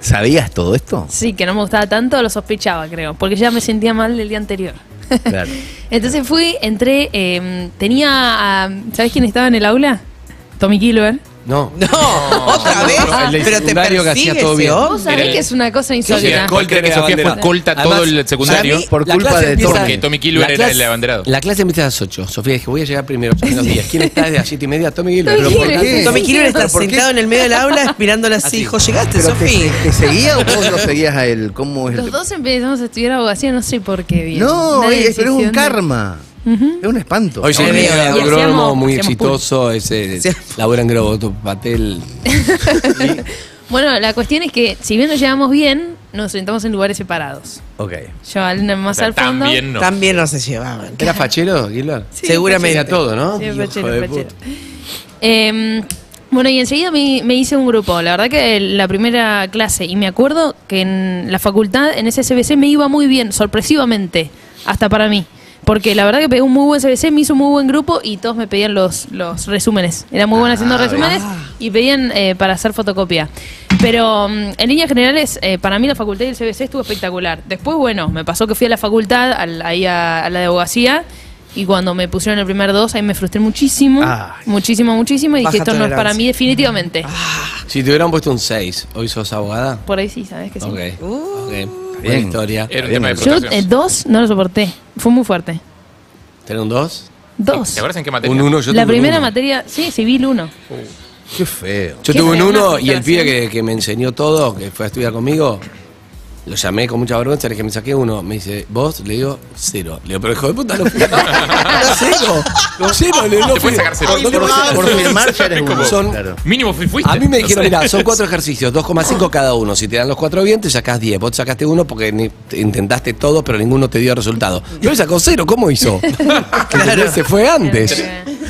¿sabías todo esto?
Sí, que no me gustaba tanto, lo sospechaba, creo, porque ya me sentía mal del día anterior. [LAUGHS]
Claro.
Entonces fui, entré, eh, tenía, a- ¿sabés quién estaba en el aula? Tommy Kilber.
No.
No, otra vez. Pero te
secundario que hacía
persigue
todo
ese
bien.
Vos
hombre.
sabés que es una cosa insólita.
Colter, que Sofía fue colta todo el secundario por culpa de Porque Tommy Kilber era el abanderado.
La clase empieza a las 8. Sofía dije, voy a llegar primero, son los 10. ¿Quién está desde las 7 y media? Tommy Kilber.
Tommy
¿Pero por
Kilber,
qué?
Tommy Kilber está
¿Pero por qué?
sentado en el medio del aula
[LAUGHS]
mirándola así. Hijo, llegaste,
Pero te-
Sofi.
¿Te seguía o vos lo seguías a él? ¿Cómo es?
Los
el-
dos empezamos a estudiar abogacía, no sé por qué bien. Nadie
No, eh, pero es
decidió
un
dónde.
karma.
Ujú.
Es un espanto.
Hoy se
Ahora,
viene
mira,
el
hacíamos-
agrónomo muy
hacíamos
exitoso, ese labura en Groboto Patel.
[LAUGHS] Bueno, la cuestión es que, si bien nos llevamos bien, nos sentamos en lugares separados.
Ok.
Yo al- más al fondo.
También no se llevaban.
¿Era fachero, Gilbert?
Sí, Seguramente.
A todo, ¿no?
Sí,
Hijo
fachero,
de
fachero.
puta.
Eh, bueno, y enseguida me, me hice un grupo. La verdad que la primera clase, y me acuerdo que en la facultad, en ese CBC, me iba muy bien, sorpresivamente, hasta para mí. Porque la verdad que pegué un muy buen CBC, me hizo un muy buen grupo y todos me pedían los, los resúmenes. Era muy buena haciendo
Ah,
resúmenes y pedían eh, para hacer fotocopia. Pero mm, en líneas generales, eh, para mí la facultad y el CBC estuvo espectacular. Después, bueno, me pasó que fui a la facultad, al- ahí a, a la de abogacía, y cuando me pusieron el primer dos, ahí me frustré muchísimo, muchísimo, muchísimo, y
Baja
dije, esto no es para
tolerancia. Ah.
mí definitivamente. Ah,
Si te hubieran puesto un 6, ¿hoy sos abogada?
Por ahí sí, sabes que sí.
Ok. ok. Buena historia.
Era un tema de
Yo eh, dos no lo soporté, fue muy fuerte.
¿Tener un 2?
Dos.
¿Te acuerdas en qué materia?
Un uno, yo
la
tuve un
primera
uno.
materia, sí, civil 1.
Qué feo. Yo
Qué
tuve un
feo,
uno
una
y el pibe
frustración.
que, que me enseñó todo, que fue a estudiar conmigo, lo llamé con mucha vergüenza, le dije, me saqué uno. Me dice, ¿vos? Le digo, cero. Le digo, pero hijo de puta, no fui. No, cero. No, cero. Le digo, no
Te puedes sacar cero.
No, no,
Por-
no,
por
no,
firmar
no,
ya [LAUGHS] eres
no,
uno.
son-
Claro. Mínimo fui- fuiste.
A mí me
No
dijeron,
sé. Ah.
mira, son
[LAUGHS]
cuatro ejercicios, 2,5 cada uno. Si te dan los cuatro bien, te sacás 10. Vos te sacaste uno porque ni- te intentaste todo, pero ninguno te dio resultado. Yo le sacó cero, ¿cómo
[LAUGHS]
hizo? claro. Se fue antes.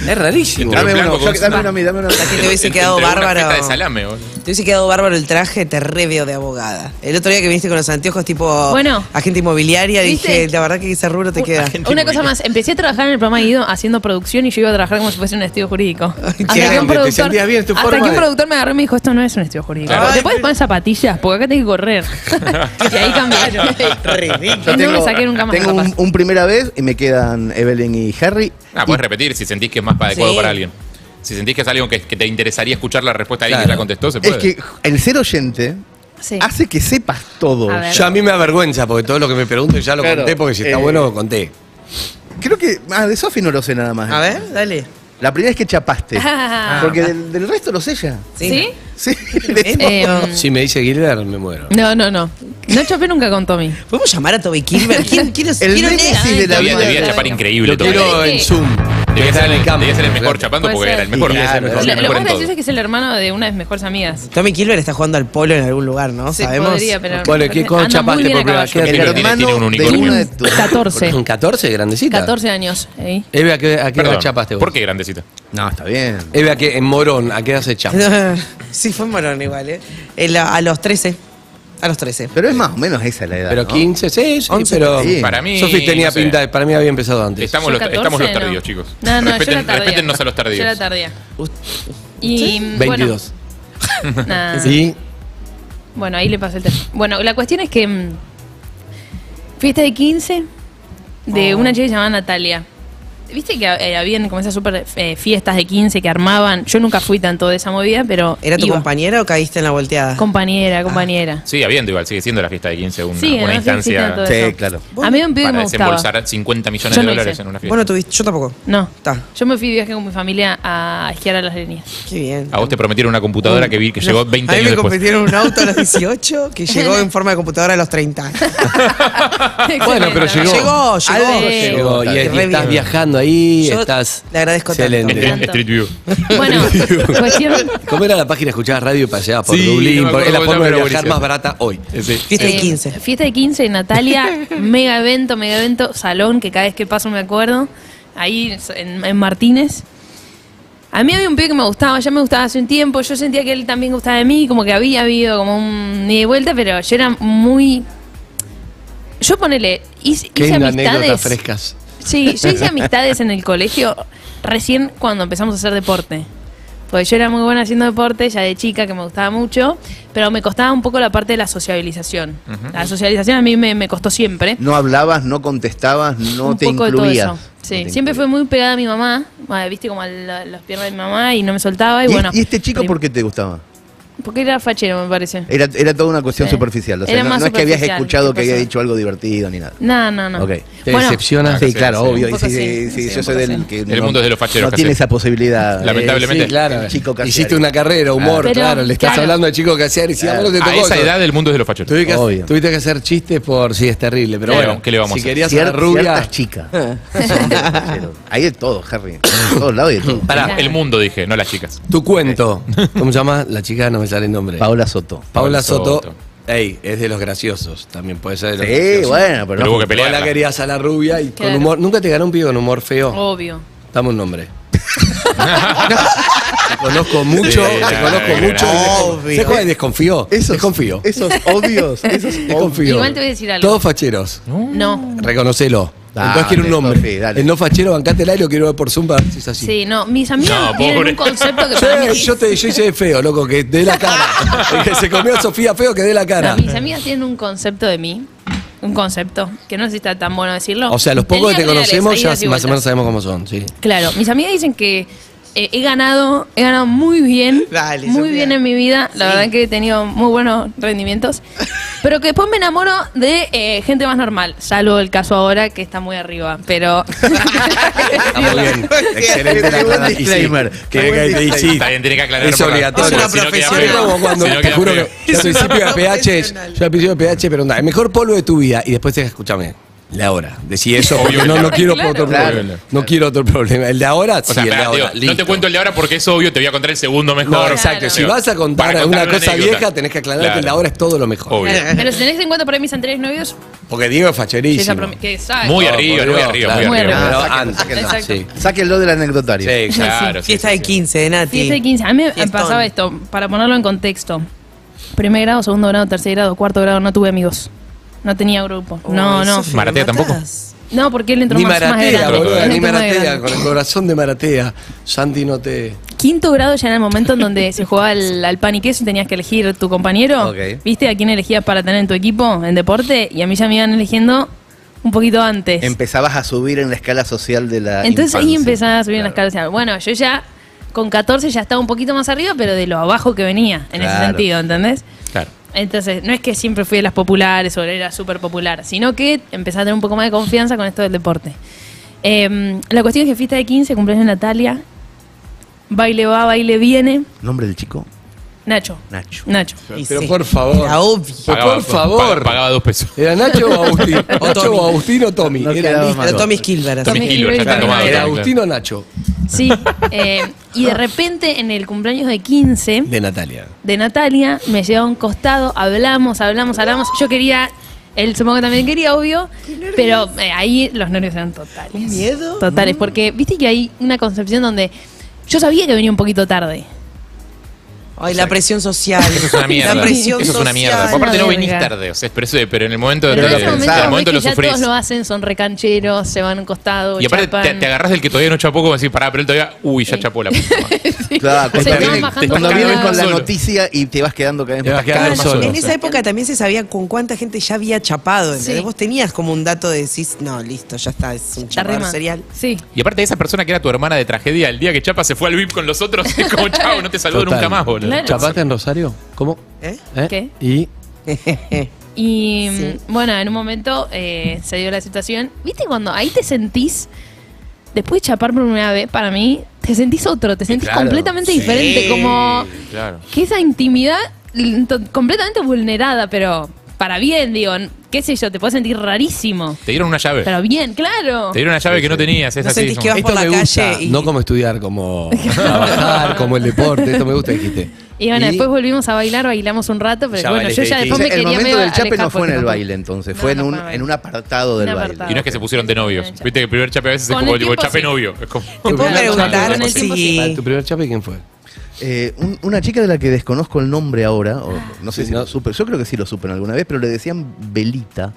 Es rarísimo.
Dame uno, yo- dame uno a mí, dame uno a mí.
Que te hubiese quedado
Entre una
bárbaro.
feta de salame, boludo.
Te hubiese quedado bárbaro el traje, te reveo de abogada. El otro día que viniste con los anteojos tipo
Bueno.
agente inmobiliaria,
¿Viste?
dije, la verdad que ese rubro te queda.
Una cosa más, empecé a trabajar en el programa Guido haciendo producción y yo iba a trabajar como si fuese un estudio jurídico. Hasta que un
grande, te
productor,
sentías bien, tu
hasta
forma
que un
de-
productor me agarró y me dijo, esto no es un estudio jurídico.
Claro.
Te puedes poner zapatillas, porque acá tenés que correr. y ahí cambiaron.
Yo
Y no me saqué nunca más
tengo
las
un, un primera vez y me quedan Evelyn y Harry.
Ah, puedes repetir si sentís que es más adecuado
Sí.
para alguien. Si sentís que es algo que, que te interesaría escuchar la respuesta de alguien que ya contestó, se
Es
puede.
que el ser oyente hace que sepas todo.
A ver.
Yo a mí me avergüenza porque todo lo que me pregunto ya lo
Claro,
conté porque si
eh,
está bueno lo conté.
Creo que. Ah, de Sofi no lo sé nada más.
A ver, dale.
La primera es que
[LAUGHS]
chapaste.
Ah.
porque del, del resto lo sé ya.
¿Sí?
[LAUGHS] Sí. [LAUGHS]
Eh,
Si me dice Gilbert, me muero.
No, no, no. No chapé nunca con Tommy.
¿Podemos llamar a Toby Kilber? [LAUGHS] ¿Quién, quién es?
El
quiero
némesis de la
Debía,
vida.
debía chapar increíble.
Lo quiero en Zoom.
Debía ser, el,
campo.
debía ser el mejor chapando porque era el mejor.
Sí, claro,
Era el
Lo, lo
mejor
más
en todo.
gracioso es que es el hermano de una de mis mejores amigas.
Tommy Kilber está jugando al polo en algún lugar, ¿no?
Sí,
Sabemos.
podría, pero-
Bueno, ¿qué cosa
Anda muy
chapaste
bien
por
a
primera
caballo.
vez?
Tiene- tiene- tiene un unicornio.
[LAUGHS]
14.
14, grandecita.
14 años. ¿eh?
Eve, ¿a qué, a qué edad
Perdón,
chapaste vos?
¿Por qué grandecita?
No, está bien.
Eve, ¿a qué, en Morón, ¿a qué edad se chapa?
sí, fue morón igual, ¿eh? El- a los 13. A los 13.
Pero es más o menos esa la edad.
Pero
¿no?
15, sí, sí,
11,
pero
sí.
Para mí,
Sofi tenía
no sé.
pinta, de- para mí había empezado antes.
Estamos los, estamos los tardíos, chicos.
No, no, yo
respeten,
era tardía.
respetennos a los
Yo
tardíos.
era tardía. Y, mm, bueno,
22.
[LAUGHS]
Nah.
¿Sí?
Bueno, ahí le pasé el teléfono. Bueno, la cuestión es que. mm, fiesta de 15
Oh.
de una chica llamada Natalia. Viste que eh, habían como esas super eh, fiestas de 15 que armaban. Yo nunca fui tanto de esa movida, pero.
¿Era tu
iba.
compañera o caíste en la volteada? Ah.
Compañera, compañera.
Sigue habiendo igual, sigue siendo la fiesta de 15 una,
Sí,
una
no, sí, sí,
instancia
todo Sí, eso.
claro.
A mí un pibe
Para
me gustaba.
desembolsar 50 millones
Yo
de
no
dólares
hice.
en una
Vos no
fiesta.
tuviste, yo tampoco.
No.
Está.
Yo me fui de viaje con mi familia a esquiar a las líneas.
Qué bien.
A vos te prometieron una computadora que vi que Ah, llegó 20
a mí me
años después.
competieron un auto a los 18
[LAUGHS]
que llegó en forma de computadora a los 30.
Bueno, pero
Ah,
llegó.
Llegó, llegó.
Algo llegó. Y,
Re
y estás
bien.
viajando ahí,
Yo
estás...
Le agradezco
Excelente.
tanto.
View.
[LAUGHS]
Bueno, cuestión.
¿Cómo era la página? Escuchabas radio y paseabas por
Sí,
Dublín.
no me
por- es la
acuerdo,
forma de
pero
viajar
buenísimo.
más barata hoy.
Fiesta de
Eh,
15.
Fiesta de 15,
[LAUGHS]
Natalia, mega evento, mega evento, salón, que cada vez que paso me acuerdo, ahí en, en Martínez. A mí había un pibe que me gustaba, ya me gustaba hace un tiempo, yo sentía que él también gustaba de mí, como que había habido como un ida y vuelta, pero yo era muy... Yo ponele, hice,
Qué
hice
linda anécdota
amistades...
frescas.
Sí, yo hice amistades en el colegio recién cuando empezamos a hacer deporte. Porque yo era muy buena haciendo deporte, ya de chica, que me gustaba mucho, pero me costaba un poco la parte de la sociabilización. La socialización a mí me, me costó siempre.
No hablabas, no contestabas, no
un
te
poco
incluías.
de todo eso. Sí, siempre fue muy pegada a mi mamá, ah, viste como a la- las piernas de mi mamá y no me soltaba y,
¿Y,
bueno.
y este chico por qué te gustaba?
Porque era fachero, me parece.
Era, era toda una cuestión
Eh,
superficial. O sea,
era
no,
más
no es que habías
superficial,
escuchado
¿qué
que había
pasó?
dicho algo divertido ni nada.
No, no, no.
Ok.
¿Te decepciona?
Sí,
Sí,
claro,
sí,
obvio.
un
Y
poco
si,
sí,
si
sí,
yo
un
soy
poco
del
sí.
que
Ah, El
no-
mundo es de los facheros,
No tiene
Cassiari.
esa posibilidad. eh,
Lamentablemente.
sí, claro. Chico Cassiari.
Hiciste una carrera, humor,
Pero,
claro. Le estás
claro.
hablando de chico que hacía y si a vos no te
A
tocó
esa
eso.
edad el mundo es de los facheros.
Tuviste que,
Obvio.
tuviste que hacer chistes por. Sí, es terrible, pero
¿Qué le
bueno.
vamos- qué le vamos a
si
hacer?
querías
Cier-
ser rubia.
[LAUGHS]
ciertas chicas. Son de facheros. Hay de todo, Harry. De todos lados y de todo.
Pará, el mundo dije, no las chicas.
Tu
[LAUGHS]
cuento. ¿Cómo se llama? La chica no me sale el nombre.
Eh. Paola Soto.
Paula Soto.
Soto.
Ey, es de los graciosos. También puede ser de los
Sí,
graciosos.
bueno, pero Pero no- hubo que
Vos
pelearla.
la querías a la rubia y
Claro. Oh.
con humor. Nunca te ganó un pibe con humor feo.
Obvio.
Dame un
[LAUGHS]
nombre. Te conozco mucho,
Sí,
te
no,
conozco
no,
mucho.
no.
Obvio. ¿Sabes cuál? Desconfío. Desconfío.
Esos obvios. Esos
Desconfío.
Igual te voy a decir algo.
Todos facheros.
Oh.
No.
Reconocelo.
Dale,
Entonces quiero un nombre.
Sofi, dale.
el no fachero, bancate el aire, lo quiero ver por Zoom para ver si es así.
Sí, no. Mis amigos
No,
tienen
pobre.
un concepto
[LAUGHS]
que
Sí,
para mí
yo, te, yo hice de feo, loco, que dé la cara.
[LAUGHS]
El que se comió a Sofía feo, que dé la cara.
No, mis amigas tienen un concepto de mí. Un concepto. Que no sé si está tan bueno decirlo.
O sea, los pocos que
En
te
líneas reales,
conocemos
hay
ya
idas y
más o
vueltas.
menos sabemos cómo son, sí.
Claro, mis amigas dicen que eh, he ganado, he ganado muy bien,
[LAUGHS] Dale,
muy
Sofía.
bien en mi vida. La
Sí.
verdad que he tenido muy buenos
[LAUGHS]
rendimientos. Pero que después me enamoro de eh, gente más normal, salvo el caso ahora que está muy arriba. Pero [LAUGHS]
Está muy
[LAUGHS]
bien. Excelente la aclaración. Y sí,
Ah, disclaimer.
que venga y te- y sí.
Está bien, tiene que aclarar.
Es obligatorio. Como cuando, te juro que yo al principio de PH, es- yo al principio de PH, pero onda, el mejor polvo de tu vida. Y después te deja, escúchame, la hora. Decí eso porque
Obvio,
no, no
claro.
quiero otro
Claro.
problema. No quiero otro problema. El de ahora, sí,
O sea,
el de
pará,
ahora.
digo, no te cuento el de ahora porque es obvio, te voy a contar el segundo mejor.
No, exacto. Si
Digo,
vas a contar
para
una
contar
cosa
anécdota.
vieja, tenés que aclarar que
Claro.
el de ahora es todo lo mejor.
Pero si tenés en cuenta por ahí mis anteriores novios,
Porque Diego es
que esa
facherísimo.
promi- que sabe.
Muy
No,
arriba,
por
muy
Dios,
arriba,
claro.
muy arriba.
Pero
Exacto.
antes que nada,
Exacto.
sí.
Sáquenlo del anecdotario.
Sí, claro.
Fiesta de 15 de Nati.
Fiesta de 15. A mí me pasaba esto, para ponerlo en contexto. Primer grado, segundo grado, tercer grado, cuarto grado, no tuve amigos. No tenía grupo.
Oh,
no, no.
Maratea tampoco.
No, porque él entró
Ni
más, más
Maratea,
grande.
boludo,
Él
ni
entró más grande.
Maratea, con el corazón de Maratea. Santi no te.
Quinto grado ya era el momento en donde [LAUGHS] se jugaba al, al pan y queso y tenías que elegir tu compañero.
Ok.
¿Viste a quién elegías para tener en tu equipo en deporte? Y a mí ya me iban eligiendo un poquito antes.
Empezabas a subir en la escala social de la.
Entonces ahí
infancia.
empezaba a subir en las escala. Bueno, yo ya con 14 ya estaba un poquito más arriba, pero de lo abajo que venía, en ese
Claro.
sentido, ¿entendés?
Claro.
Entonces, no es que siempre fui de las populares o era súper popular, sino que empecé a tener un poco más de confianza con esto del deporte. Em, la cuestión es que fiesta de 15, cumpleaños de Natalia, baile va, baile viene,
Nombre del chico,
Nacho.
Nacho.
Nacho.
Pero por favor. Pero
Pagaba-
por favor.
pa- Pagaba dos pesos.
¿Era Nacho o Agustín?
O
¿Nacho
Tommy.
o Agustín o Tommy?
No
Era
quedaba
lista.
más duda. Tommy
Hilbert.
Tommy Hilbert, ya está tomado.
¿Era
claro.
Agustín o Nacho?
Sí. eh, y de repente en el cumpleaños de 15
De Natalia.
de Natalia, me llevó a un costado, hablamos, hablamos, hablamos. Yo quería, él supongo que también quería, obvio, pero eh, ahí los nervios eran totales.
miedo?
Totales, porque viste que hay una concepción donde yo sabía que venía un poquito tarde.
Ay, la presión social.
Eso es una mierda.
La presión
Eso es una
social.
mierda. Porque aparte no
Una
venís
verga.
tarde, o sea, pero, eso- pero en el momento de
Pero en
tarde,
ese momento,
en el
ves
momento
que
lo
ya
sufrís.
todos lo hacen, son recancheros, se van a un costado,
Y aparte te,
chapan.
te agarras del que todavía no chapó como decís, pará, pero él todavía, uy, ya chapó la puta
[LAUGHS]
madre.
Claro,
Se
cuando
van
vienen-
bajando
cuando
cada
vienen
[LAUGHS]
con la
solo.
noticia y te vas quedando cada vez
Te vas
más
quedando
caro.
más solo.
En esa época también se sabía con cuánta gente ya había chapado. ¿entendés?
Sí.
Vos tenías como un dato de decir, no, listo, ya está, es un chapador
rema.
serial.
Sí.
Y aparte esa persona que era tu hermana de tragedia, el día que Chapa se fue al VIP con los otros, [LAUGHS] es como, chao, no te saludo
Total.
nunca más, boludo.
Claro.
¿Chapaste en Rosario? ¿Cómo?
¿Eh?
¿Eh?
¿Qué?
Y.
Y mm, bueno, en un momento eh, se dio la situación. ¿Viste cuando ahí te sentís, después de chapar por primera vez, para mí, te sentís otro, te sentís
claro.
completamente diferente, como
Claro.
que esa intimidad l- to- completamente vulnerada, pero para bien, digo, n- qué sé yo, te puedes sentir rarísimo.
Te dieron una llave.
Pero bien, claro.
Te dieron una llave que no tenías, es
No
así.
sentís
es
que vas
como-
por la
me gusta,
calle y-
no como estudiar,
[LAUGHS]
como trabajar, como el deporte. Esto me gusta, dijiste.
Y bueno,
Y-
después volvimos a bailar, bailamos un rato, pero
Ya
bueno,
bailé,
yo ya
sí,
después
sí.
me
el
quería
momento
medio
del chape
alejar
no fue en
porque
el
no
baile entonces,
No,
fue en
no
un,
fue en el
en un apartado del
Un
baile.
apartado.
Y no es que se pusieron de novios. Viste que el primer chape a veces es
Con
como
el
tipo
tiempo,
chape
sí.
novio. Es como-
¿Te puedo
Con el
preguntar
tiempo,
si...
sí.
¿Tu primer chape quién fue?
Eh, un- una chica de la que desconozco el nombre ahora, o
Ah.
no sé
Sí,
si
no.
lo supe, yo creo que sí lo supe alguna vez, pero le decían Belita.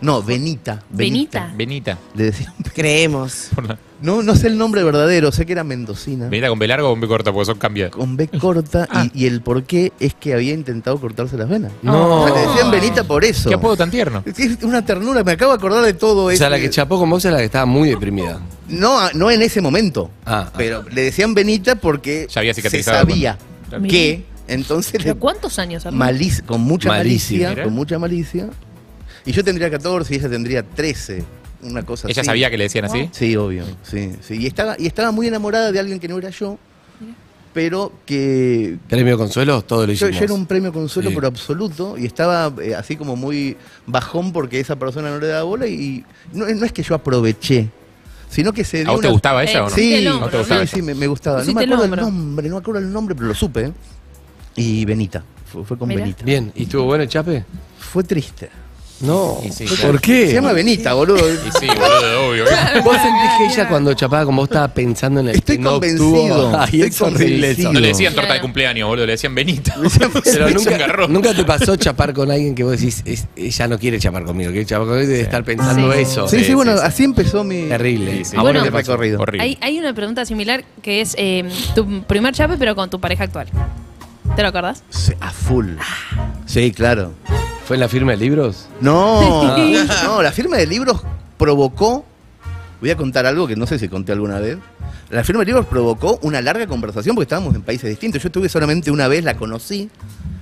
No, Benita.
Benita.
Benita.
Le decían.
Creemos.
Por la-
No, no sé el nombre verdadero, sé que era Mendocina.
Benita con B largo o con B corta, porque son cambiados.
Con B corta y, y el por qué es que había intentado cortarse las venas.
No.
O sea, le decían Benita por eso.
¿Qué apodo tan tierno?
Es una ternura, me acabo de acordar de todo
O
eso.
sea, la que chapó con vos es la que estaba muy deprimida.
No, a- no en ese momento.
Ah, ah.
Pero le decían Benita porque
Ya había
se
cicatrizado,
sabía
Claro.
que entonces le-
¿Pero cuántos años? Arnaldo?
malici- con mucha
Malicia.
malicia,
Mirá.
con mucha malicia. Y yo tendría 14 y ella tendría 13, una cosa
Ella
así.
sabía que le decían así.
Sí, obvio. Sí, sí. Y estaba y estaba muy enamorada de alguien que no era yo, pero que
Premio Consuelo, todo lo
yo,
hicimos.
yo era un premio consuelo
Sí.
pero absoluto y estaba eh, así como muy bajón porque esa persona no le daba bola y, y no, no es que yo aproveché, sino que se dio
¿A vos te
una-
gustaba
Eh,
ella o no?
Pusiste
Sí,
el
sí,
hombro,
¿no?
sí, sí, me, me gustaba. No
Pusiste
me
el
acuerdo el
hombro.
nombre, no me acuerdo el nombre, pero lo supe. ¿eh? Y Benita, fue, fue con
Mirá.
Benita.
Bien, ¿y estuvo bueno el chape?
Fue triste.
No.
Y sí, claro.
¿Por qué?
Se llama Benita, boludo.
Y sí, boludo, obvio.
Vos sentís que ella cuando chapaba con vos estaba pensando en el
Estoy
que no
convencido,
obtuvo. Ay,
estoy
es horrible eso.
convencido.
No le decían torta de
Claro.
cumpleaños, boludo, le decían Benita.
Pero
Es un
nunca,
garrón.
nunca te pasó chapar con alguien que vos decís, es- ella no quiere chapar conmigo, quiere chapar conmigo y debe estar pensando
Sí.
eso.
Sí,
Sí,
sí, bueno,
sí, sí.
así empezó mi.
Terrible.
Sí, sí.
Ah,
Bueno,
¿qué pasó?
recorrido.
Horrible.
Hay, hay una pregunta similar que es eh, tu primer chape, pero con tu pareja actual. ¿Te lo acordás?
Sí, a full.
Ah.
Sí, claro.
¿Fue en la firma de libros? [LAUGHS]
No, no, la firma de libros provocó. Voy a contar algo que no sé si conté alguna vez. La firma de libros provocó una larga conversación porque estábamos en países distintos. Yo estuve solamente una vez, la conocí,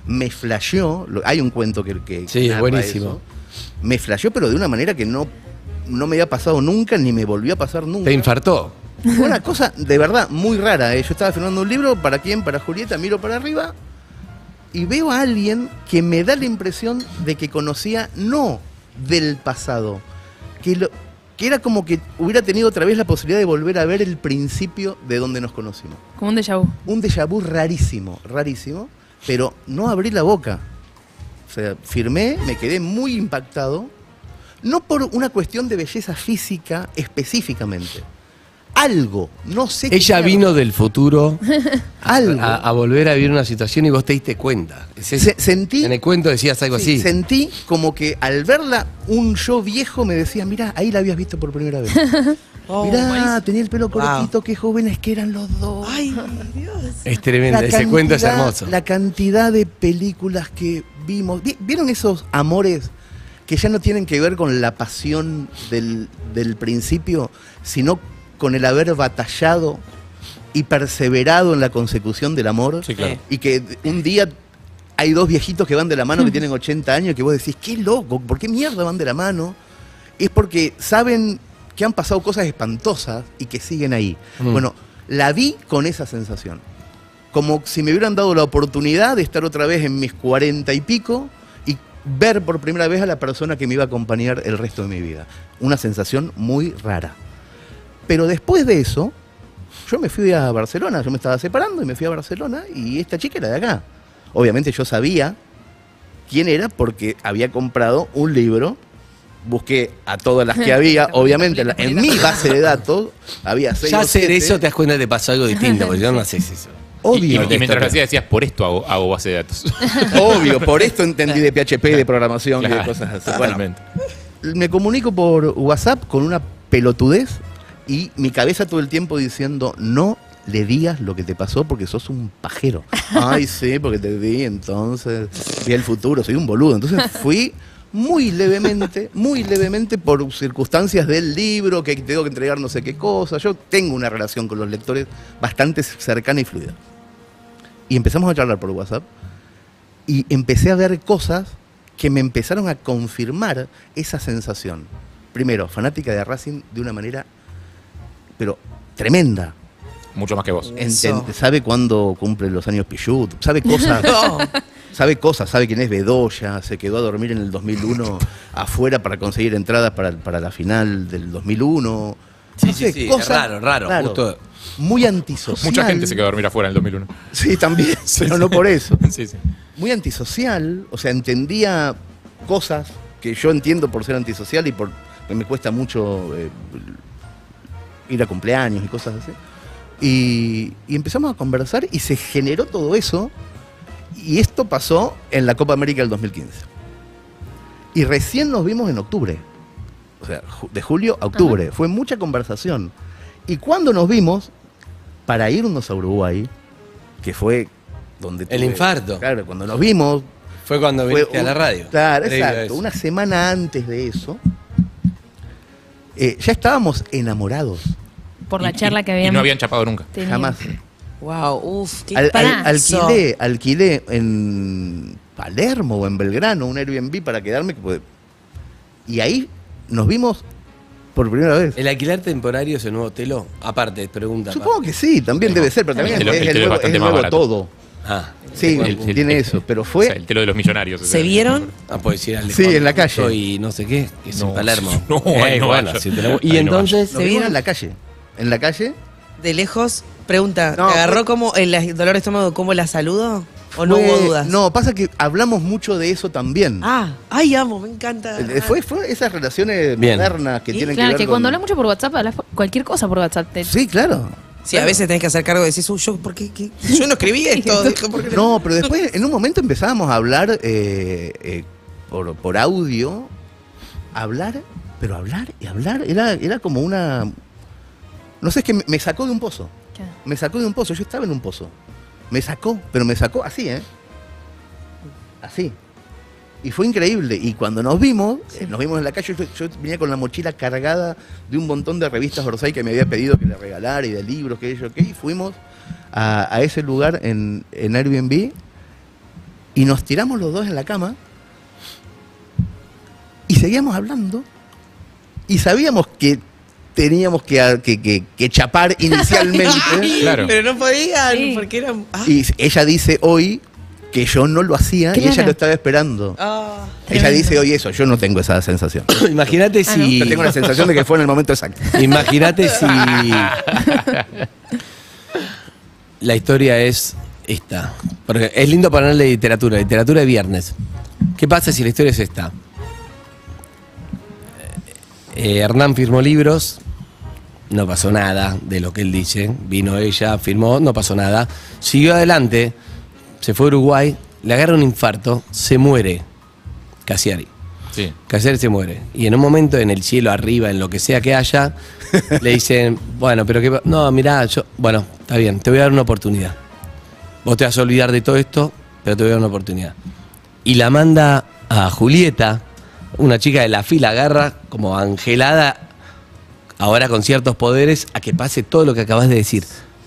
me flasheó. Lo- Hay un cuento que. que
Sí,
narra
buenísimo.
eso. Me flasheó, pero de una manera que no, no me había pasado nunca, ni me volvió a pasar nunca.
Te infartó.
Fue [LAUGHS] Una cosa de verdad muy rara. ¿eh? Yo estaba firmando un libro, ¿para quién? Para Julieta, miro para arriba y veo a alguien que me da la impresión de que conocía no del pasado, que, lo- que era como que hubiera tenido otra vez la posibilidad de volver a ver el principio de donde nos conocimos.
Como un déjà vu.
Un déjà vu rarísimo, rarísimo, pero no abrí la boca. O sea, firmé, me quedé muy impactado, no por una cuestión de belleza física específicamente. Algo, no sé qué
Ella
mierda.
vino del futuro
[LAUGHS] Algo.
a, a volver a vivir una situación y vos te diste cuenta. Es eso.
sentí.
En el cuento decías algo
Sí,
así.
Sentí como que al verla, un yo viejo me decía, mirá, ahí la habías visto por primera vez. mirá, tenía el pelo cortito, qué jóvenes que eran los dos. Ay,
Es tremendo.
La
Ese cuento es
cantidad-
hermoso.
La cantidad de películas que vimos. Vi- ¿Vieron esos amores que ya no tienen que ver con la pasión del, del principio, sino con el haber batallado y perseverado en la consecución del amor?
claro.
Y que d- un día hay dos viejitos que van de la mano que tienen 80 años y que vos decís, qué loco, ¿por qué mierda van de la mano? Es porque saben que han pasado cosas espantosas y que siguen ahí.
Mm.
Bueno, la vi con esa sensación como si me hubieran dado la oportunidad de estar otra vez en mis cuarenta y pico y ver por primera vez a la persona que me iba a acompañar el resto de mi vida. Una sensación muy rara. Pero después de eso, yo me fui a Barcelona, yo me estaba separando y me fui a Barcelona y esta chica era de acá. Obviamente yo sabía quién era porque había comprado un libro, busqué a todas las que había, obviamente en la- en mi base de datos había seis
Ya
o
hacer
siete.
eso te das cuenta que te pasó algo distinto, porque yo no haces eso.
Y,
Obvio.
y mientras lo hacías, decías, por esto hago, hago base de datos.
Obvio, por esto entendí de PHP, de programación y de
Claro,
cosas así. Bueno,
Totalmente.
me comunico por WhatsApp con una pelotudez y mi cabeza todo el tiempo diciendo, no le digas lo que te pasó porque sos un
[LAUGHS]
pajero. Ay, sí, porque te vi, entonces vi el futuro, soy un boludo. Entonces fui muy levemente, muy levemente por circunstancias del libro, que tengo que entregar no sé qué cosa. Yo tengo una relación con los lectores bastante cercana y fluida. Y empezamos a charlar por WhatsApp y empecé a ver cosas que me empezaron a confirmar esa sensación. Primero, fanática de Racing de una manera, pero tremenda.
Mucho más que vos.
Enten- sabe cuándo cumple los años Pichut,
[LAUGHS]
sabe cosas.
No.
Sabe cosas, sabe quién es Bedoya, se quedó a dormir en
[LAUGHS]
el 2001 afuera para conseguir entradas para, para la final del 2001. [LAUGHS] Sí,
sí, sí, es raro, raro, justo.
Muy antisocial.
Mucha gente se quedó a dormir afuera en el 2001.
Sí, también,
[LAUGHS]
pero no por eso.
Sí, sí.
muy antisocial, o sea, entendía cosas que yo entiendo por ser antisocial y por que me cuesta mucho eh, ir a cumpleaños y cosas así. Y, y empezamos a conversar y se generó todo eso. Y esto pasó en la Copa América del 2015. Y recién nos vimos en octubre. O sea, ju- de julio a octubre. Fue mucha conversación. Y cuando nos vimos, para irnos a Uruguay, que fue donde...
El infarto.
Claro, cuando nos vimos...
Fue cuando
fue
viniste a la
un-
radio.
Claro,
Previo a
exacto.
eso.
Una semana antes de eso, eh, ya estábamos enamorados.
Por la
Y-
charla que habían.
Y no habían chapado nunca.
tenido.
Jamás.
Wow, uff, qué
Al- al-
parazo.
alquilé, alquilé en Palermo o en Belgrano un Airbnb para quedarme. que puede- Y ahí nos vimos por primera vez.
¿El alquiler temporario es el nuevo telo? Aparte, pregunta.
Supongo que sí, también debe ser, pero también
El telo-
es,
el
es
telo
el
es
nuevo, es
bastante
el
más
nuevo
barato.
todo.
Ah.
Sí,
El- el-
tiene
el-
eso, pero
O sea,
fue.
el telo de los millonarios. o sea.
Ah, puedes ir al de
Sí,
Juan
en la calle.
Couto Y no sé qué, que es en [LAUGHS]
No,
Palermo.
no,
Eh,
ahí no
bueno,
vaya.
si te la-
Ahí
Y
no
entonces.
Se vieron en la calle. En la calle
De lejos, pregunta,
No,
¿te agarró
fue-
como el dolor de estómago, cómo la saludo? ¿O no
Fue-
hubo dudas?
No, pasa que hablamos mucho de eso también.
Ah, ay, amo, me encanta.
Eh, Fue, fue esas relaciones
Bien.
modernas que
Sí,
tienen
claro,
que
que,
ver con...
cuando hablas mucho por WhatsApp, hablas por- cualquier cosa por WhatsApp. te-
Sí, claro.
Sí, a veces tenés que hacer cargo de decir, "Uy, yo, ¿por qué, qué? yo no escribí esto. dijo, ¿por qué no?
No, pero después en un momento empezábamos a hablar eh, eh, por, por audio, hablar, pero hablar y hablar, era, era como una... No sé, es que me- me sacó de un pozo, me sacó de un pozo, yo estaba en un pozo, me sacó, pero me sacó así, ¿eh? Así. Y fue increíble. Y cuando nos vimos, eh, nos vimos en la calle, yo, yo venía con la mochila cargada de un montón de revistas Orsay que me había pedido que le regalara y de libros, que yo, que y fuimos a, a ese lugar en, en Airbnb y nos tiramos los dos en la cama y seguíamos hablando y sabíamos que teníamos que, que- que- que
[LAUGHS]
chapar inicialmente.
Pero no podían, porque eran. ah,
Y ella dice hoy que yo no lo hacía y ella
Claro.
lo estaba esperando.
ah.
Ella dice hoy eso, yo no tengo esa sensación.
[LAUGHS] Imagínate si.
Yo tengo la sensación de que fue en el momento exacto.
Imagínate si. La historia es esta. Porque es lindo ponerle literatura, literatura de viernes. ¿Qué pasa si la historia es esta? Eh, Hernán firmó libros, no pasó nada de lo que él dice. Vino ella, firmó, no pasó nada. Siguió adelante, se fue a Uruguay, le agarra un infarto, se muere. Casiari.
Sí.
Casiari se muere. Y en un momento, en el cielo, arriba, en lo que sea que haya, le
[LAUGHS]
dicen, bueno, pero que... No, mirá, yo... Bueno, está bien, te voy a dar una oportunidad. Vos te vas a olvidar de todo esto, pero te voy a dar una oportunidad. Y la manda a Julieta, una chica de la fila, agarra como angelada, ahora con ciertos poderes, a que pase todo lo que acabas de decir.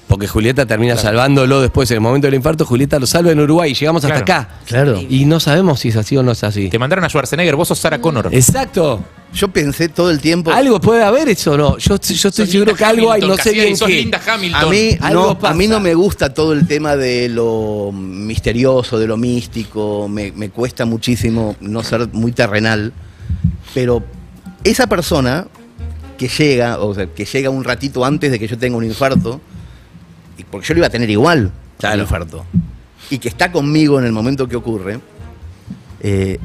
Porque Julieta termina salvándolo después, en el momento del infarto, Julieta lo salva en Uruguay, llegamos hasta
Claro.
acá. Claro. Y no sabemos si es así o no es así.
Te mandaron a Schwarzenegger, vos sos Sarah Connor.
Exacto.
Yo pensé todo el tiempo.
Algo puede haber eso, ¿no? Yo, yo estoy seguro que algo hay, no sé bien qué.
A mí,
Algo
no, a mí no me gusta todo el tema de lo misterioso, de lo místico. Me, me cuesta muchísimo no ser muy terrenal. Pero esa persona que llega, o sea, que llega un ratito antes de que yo tenga un infarto, y- porque yo lo iba a tener igual, el infarto, y que está conmigo en el momento que ocurre, eh,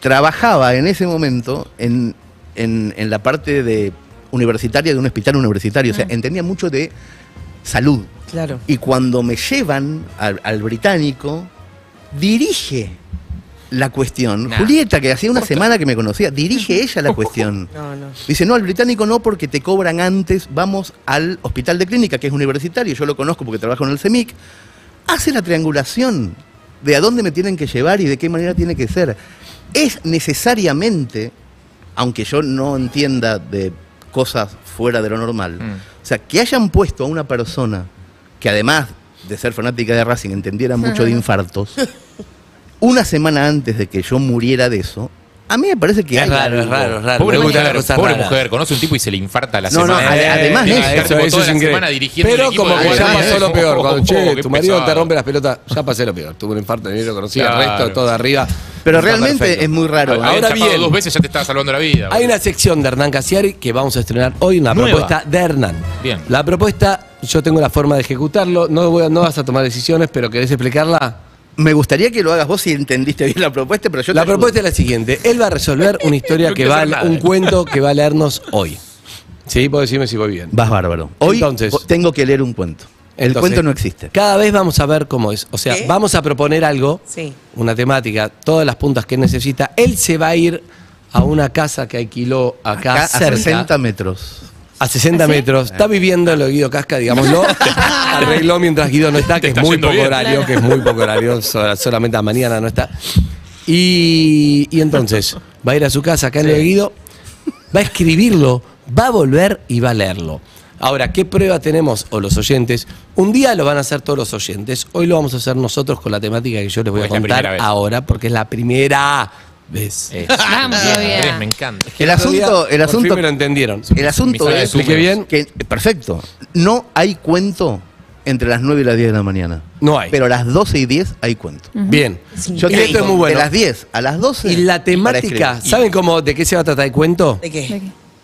trabajaba en ese momento en, en- en la parte de universitaria de un hospital universitario. O sea, entendía mucho de salud.
Claro.
Y cuando me llevan al, al británico, dirige la cuestión.
Nah.
Julieta, que hacía una semana que me conocía, dirige ella la cuestión.
[LAUGHS] No, no.
Dice, no, al británico no porque te cobran antes, vamos al hospital de clínica, que es universitario, yo lo conozco porque trabajo en el E CEMIC. Hace la triangulación de a dónde me tienen que llevar y de qué manera tiene que ser. Es necesariamente, aunque yo no entienda de cosas fuera de lo normal,
Mm.
o sea, que hayan puesto a una persona que además de ser fanática de Racing entendiera mucho de
Ajá.
infartos, una semana antes de que yo muriera de eso, a mí me parece que
Es
hay
raro,
algo.
es raro, es raro.
Pobre,
Me gusta
mujer,
la cosa
pobre
rara.
mujer, conoce un tipo y se le infarta la
No, no,
semana.
ade- además
Tiene
eso,
que estar tipo
eso
toda
es
la
increíble.
semana dirigiendo el
Pero
equipo
como
de
que ya
guardianes.
pasó lo peor. Cuando, che,
Qué
tu marido te
pesado.
rompe las pelotas, ya pasé lo peor. Tuve un infarto, ni lo conocí,
Claro.
el resto, todo arriba.
Pero
Está
realmente
perfecto.
es muy raro. ¿eh?
Habían
Ahora
chapado
bien,
dos veces ya te estaba salvando la vida.
hay una sección de Hernán Casiari que vamos a estrenar hoy, una
Nueva.
propuesta de Hernán.
Bien.
La propuesta, yo tengo la forma de ejecutarlo, no, voy a- no vas a tomar decisiones, pero ¿querés explicarla?
Me gustaría que lo hagas vos si entendiste bien la propuesta, pero yo
La propuesta es la siguiente. Él va a resolver una historia
[LAUGHS] No
que
quiero
va,
hacer
a-
nada.
un cuento que va a leernos hoy. Sí, puedo decirme si voy bien.
Vas bárbaro. Hoy
Entonces-
o- tengo que leer un cuento. El
Entonces,
cuento no existe.
Cada vez vamos a ver cómo es. O sea,
¿Qué?
vamos a proponer algo,
Sí.
una temática, todas las puntas que él necesita. Él se va a ir a una casa que alquiló acá,
Acá, a
cerca,
60 metros.
a 60
¿Ah,
metros. Está viviendo en lo de Guido Casca,
[LAUGHS]
digámoslo. [LAUGHS] Arregló mientras Guido no está, que es
está
muy
yendo
poco
bien.
horario,
Claro.
que es muy poco horario. so- Solamente a mañana no está. Y, y entonces, va a ir a su casa acá en lo de Guido, va a escribirlo, va a volver y va a leerlo. Ahora, ¿qué prueba tenemos o los oyentes? Un día lo van a hacer todos los oyentes, hoy lo vamos a hacer nosotros con la temática que yo les voy a
Porque es la primera
contar
vez.
ahora, porque es la primera vez.
Vamos, Flavia.
Andrés, me encanta.
El asunto,
Por
el
fin
asunto,
me lo entendieron.
el asunto
Sala de
es
Expliqué bien.
que eh, perfecto. No hay cuento entre las 9 y las 10 de la mañana.
No hay.
Pero a las 12 y 10 hay cuento.
Bien.
Yo
Y
tengo
esto es muy bueno.
De las 10 a las 12.
Y la temática, ¿saben cómo de qué se va a tratar el cuento?
¿De qué?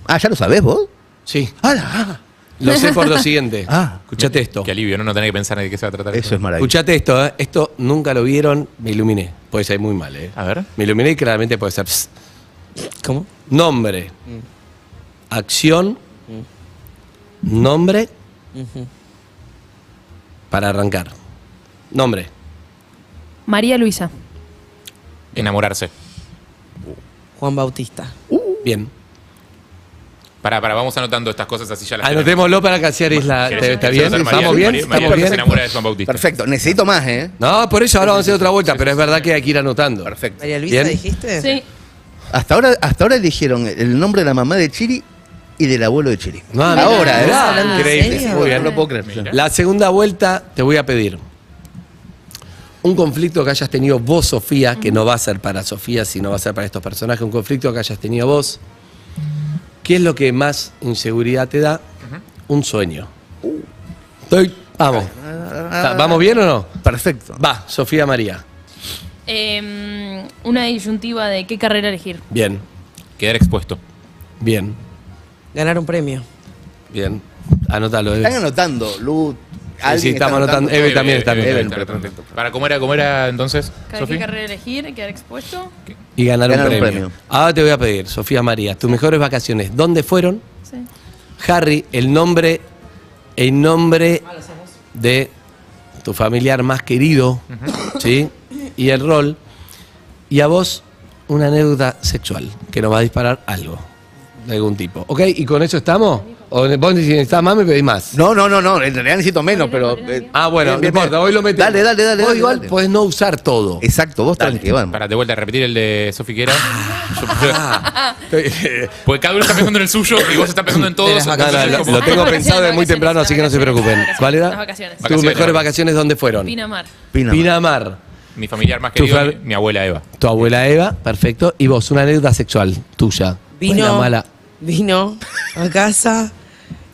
Ah, ¿ya lo sabés vos?
Sí.
¡Hala!
Lo sé
[LAUGHS]
por lo siguiente.
Ah.
Escuchate esto.
Qué alivio, no, no tenés que pensar en de qué se va a tratar.
Eso es maravilloso.
Escuchate esto, ¿eh? Esto nunca lo vieron, me iluminé. Puede ser muy mal, ¿eh?
A ver.
Me iluminé y claramente puede ser. pss.
¿Cómo?
Nombre.
Mm.
Acción. Nombre para arrancar. Nombre.
María Luisa.
Enamorarse.
Juan Bautista.
Bien.
Para, para, vamos anotando estas cosas así ya las
Anotémoslo para que Asiar Isla.
¿Quieres-
¿Te- ¿Está
quieres
bien?
hacer María?
¿Estamos bien?
María- María
¿Estamos
que se
bien?
enamora de Juan Bautista.
Perfecto, necesito más, ¿eh?
No, por eso ahora vamos a hacer otra vuelta, pero es verdad que hay que ir anotando. Perfecto.
María Luisa, dijiste.
Sí.
Hasta ahora, hasta ahora eligieron el nombre de la mamá de Chiri y del abuelo de Chiri.
ahora,
ahora, ¿eh?
¿eh? Increíble. Muy bien.
No lo puedo creer.
La segunda vuelta te voy a pedir. Un conflicto que hayas tenido vos, Sofía, que no va a ser para Sofía, sino va a ser para estos personajes, un conflicto que hayas tenido vos. ¿Qué es lo que más inseguridad te da? Un sueño. Estoy. Vamos.
Ah.
Ta- ¿Vamos bien o no?
Perfecto.
Va, Sofía María.
Eh, una disyuntiva de qué carrera elegir.
Bien.
Quedar expuesto.
Bien,
Ganar un premio.
bien. Anótalo, eh.
Están
Eve.
anotando, Lu.
Sí, sí, estamos anotando. Eve también está bien.
Eve, Eve, perfecto. Para cómo era, cómo era entonces,
¿Qué, qué
Sofi.
carrera elegir? ¿Quedar expuesto?
Y ganar,
Ganar
un,
un
premio.
premio.
Ahora te voy a pedir, Sofía María, tus mejores vacaciones. ¿Dónde fueron?
Sí.
Harry, el nombre, el nombre de tu familiar más querido, ¿sí? Y el rol. Y a vos, una anécdota sexual que nos va a disparar algo de algún tipo. ¿Ok? ¿Y con eso estamos? ¿O vos si necesitas más me pedís más?
No, no, no, no. En realidad necesito menos, pero. eh,
Ah, bueno,
bien, bien,
no importa,
bien.
hoy lo metemos.
Dale, dale, dale.
Vos
dale,
igual
dale.
podés no usar todo.
Exacto, vos
Dale.
tranqui, vamos.
Para de vuelta a repetir el de Sofi que era.
[LAUGHS]
Ah, estoy-
Porque cada uno está pensando en el suyo y vos estás pensando en todos.
No, no,
entonces es
lo,
como-
lo tengo pensado de muy temprano, así que no se preocupen. ¿Cuál era?
las vacaciones.
¿Tus
Vacaciones,
mejores
vacaciones.
vacaciones dónde
Mm.
fueron?
Pinamar.
Pinamar.
Pinamar.
Mi familiar más
Tu
querido,
fa-
mi abuela Eva.
Tu abuela Eva, perfecto. Y vos, una anécdota sexual tuya.
Vino.
Buena, mala.
Vino a casa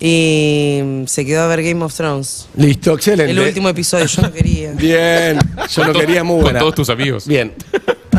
y se quedó a ver Game of Thrones.
Listo, excelente.
El último episodio, yo no
[LAUGHS]
quería.
Bien. Yo lo
Con to-
quería muy buena.
Con todos tus amigos.
Bien.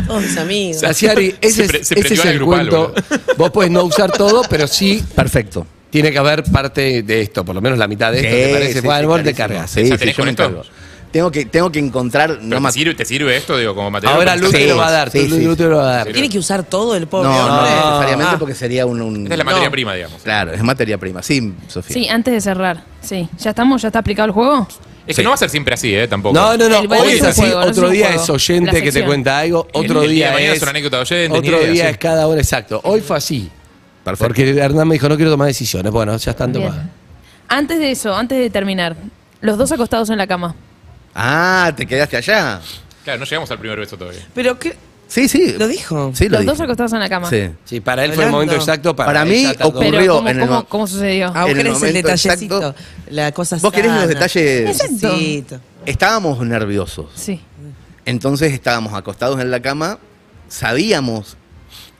Todos mis amigos.
Asiari, ese,
Se
es-
pre- se
ese
prendió
es
en
el
el grupal,
cuento. Vos podés no usar todo, pero sí
Perfecto.
tiene que haber parte de esto, por lo menos la mitad de esto. ¿Te
Sí,
parece?
sí,
Juan,
sí,
vos te
clarísimo.
cargas.
Sí,
¿Ya
sí,
tenés
yo
con
me
esto?
encargo. Tengo que, tengo que encontrar.
Pero
No
¿te,
más.
sirve, ¿Te sirve esto, digo, como material?
Ahora
Porque-
Lu te
Sí,
lo va a dar.
sí,
tú,
sí,
Lu te lo va a dar.
Tiene que usar todo el
No,
pobre
no,
hombre.
necesariamente
Ah.
porque sería un. un-
Esta es la materia prima, digamos.
Claro, es materia prima. Sí, Sofía.
Sí, antes de cerrar. Sí. ¿Ya estamos? ¿Ya está aplicado el juego?
Es que no va a ser siempre así, ¿eh? Tampoco.
No, no,
El
no.
baile
Hoy
es
es
un
así.
juego, no es
otro
un
día
juego.
es oyente
La
que te
sección.
cuenta algo.
El-
Otro
el día de
día
mañana es
es.
una anécdota de oyente,
Otro
ni idea,
día
sí.
es cada hora exacto. Hoy fue así.
Perfecto.
Porque Hernán me dijo, no quiero tomar decisiones. Bueno, ya están
Bien.
tomadas.
Antes de eso, antes de terminar. Los dos acostados en la cama.
Ah, te quedaste allá.
Claro, no llegamos al primer beso todavía.
Pero qué.
Sí, sí.
Lo dijo.
Sí, lo
los
dije.
dos acostados en la cama.
Sí.
Sí, para él fue el
Hablando.
momento exacto. Para,
Para
él
mí
ya tardó.
ocurrió-
Pero, ¿cómo,
en el
cómo,
mo-
cómo sucedió?
Ah, vos
En el
querés el
momento
detallecito.
exacto.
La cosa
Vos querés los
sana.
detalles.
Exacto.
Detallecito.
Estábamos nerviosos.
Sí.
Entonces estábamos acostados en la cama. Sabíamos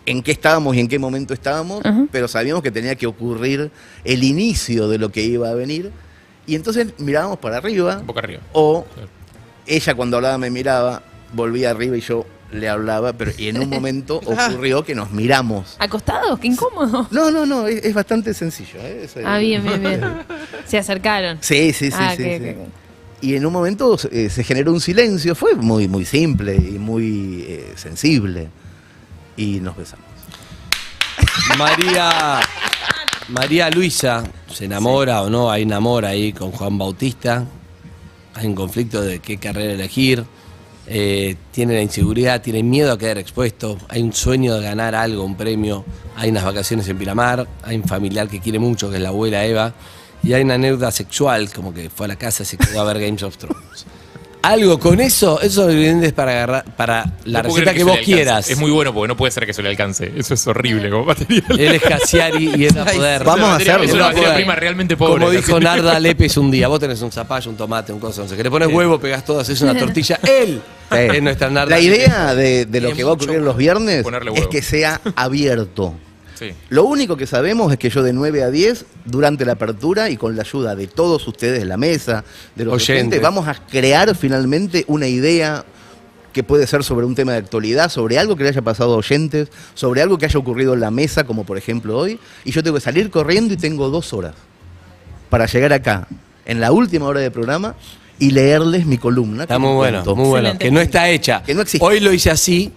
en qué estábamos y en qué momento estábamos,
Ajá.
pero sabíamos que tenía que ocurrir el inicio de lo que iba a venir. Y entonces mirábamos para arriba.
Boca arriba.
O
Claro.
ella cuando hablaba me miraba, volvía arriba y yo le hablaba, pero y en un momento
[LAUGHS] Ah.
ocurrió que nos miramos.
¿Acostados? Qué incómodo.
No, no, no, es, es bastante sencillo. ¿eh? Es, eh,
Ah, bien, bien,
[LAUGHS]
bien. Se acercaron.
Sí, sí, sí.
Ah,
sí,
ok,
sí.
ok, ok.
Y en un momento eh, se generó un silencio, fue muy, muy simple y muy eh, sensible. Y nos besamos.
María. María Luisa se enamora o no, hay un amor ahí con Juan Bautista. Hay un conflicto de qué carrera elegir. Eh, tiene la inseguridad, tiene miedo a quedar expuesto. Hay un sueño de ganar algo, un premio. Hay unas vacaciones en Piramar. Hay un familiar que quiere mucho, que es la abuela Eva. Y hay una anécdota sexual, como que fue a la casa y se quedó a ver Games of
[LAUGHS]
Thrones. Algo con eso, eso evidentemente es para, agarrar, para la
No puedo
receta
creer
que,
se
vos
le alcance.
quieras.
Es muy bueno porque no puede ser que se le alcance. Eso es horrible como material.
[LAUGHS] Él es Casiari y era poder.
Vamos a
materia-
hacerlo.
Es
Era
una materia
poder.
prima realmente pobre.
Como dijo
Casiari. [LAUGHS]
Narda Lépez un día, vos tenés un zapallo, un tomate, un coso, no sé qué. Le pones huevo, pegás todo, haces una
[LAUGHS]
tortilla.
Eh,
Él es nuestra Narda.
La idea de, de
Tiene
lo que va a
mucho
ocurrir los viernes
ponerle
es
huevo.
que sea abierto.
Eh.
Sí.
Lo único que sabemos es que yo de 9 a 10, durante la apertura y con la ayuda de todos ustedes en la mesa, de los
Oyentes.
oyentes, vamos a crear finalmente una idea que puede ser sobre un tema de actualidad, sobre algo que le haya pasado a oyentes, sobre algo que haya ocurrido en la mesa, como por ejemplo hoy, y yo tengo que salir corriendo y tengo dos horas para llegar acá, en la última hora del programa, y leerles mi columna. que
Está muy
me
bueno,
cuento.
muy bueno.
Excelente.
Que no está hecha.
Que no existe.
Hoy lo hice así,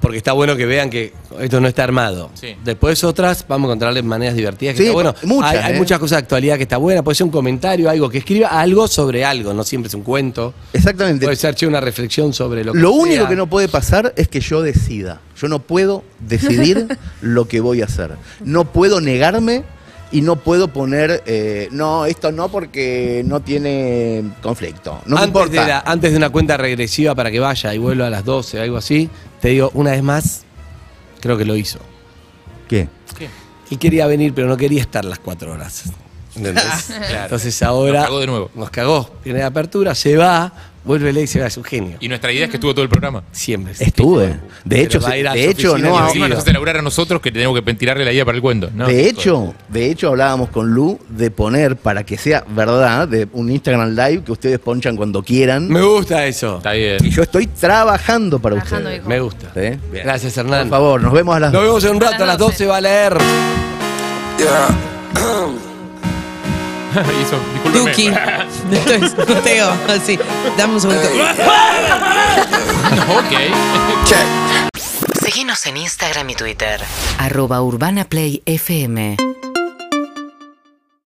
porque está bueno que vean que esto no está armado.
Sí.
Después otras, vamos a encontrarles maneras divertidas. Que
Sí,
está bueno.
muchas,
hay, hay
¿eh?
muchas cosas de actualidad que está buena. Puede ser un comentario, algo que escriba, algo sobre algo. No siempre es un cuento.
Exactamente.
Puede ser che, una reflexión sobre lo que
Lo único
sea.
que no puede pasar es que yo decida. Yo no puedo decidir lo que voy a hacer. No puedo negarme y no puedo poner, eh, no, esto no porque no tiene conflicto. No me
antes,
importa.
de la- antes de una cuenta regresiva para que vaya y vuelva a las 12 o algo así, te digo, una vez más, creo que lo hizo.
¿Qué?
¿Qué?
Él quería venir, pero no quería estar las cuatro horas. [LAUGHS] ¿Entendés?
Claro.
Entonces ahora. Nos cagó de nuevo. Nos cagó. Tiene la apertura, se va, vuelve y se va, es un genio.
Y nuestra idea es que estuvo todo el programa.
Siempre. este
Estuve. De hecho,
Pero va a ir a
de
su
hecho,
oficina
no.
y
ha-
encima nos hace laburar a nosotros que tenemos que tirarle la idea para el cuento. No,
de hecho, de hecho hablábamos con Lu de poner para que sea verdad de un Instagram Live que ustedes ponchan cuando quieran.
Me gusta eso.
Está bien. [LAUGHS]
Y yo estoy trabajando para ustedes.
Me gusta.
¿Eh?
Gracias, Hernán.
Por favor, nos vemos a las
Nos vemos en un rato, a las 12 va a leer.
Hizo,
Duki. Esto es [LAUGHS]
[LAUGHS]
Teo. Así. Dame un segundito.
ok.
Seguinos en Instagram y Twitter.
Arroba Urbana Play FM.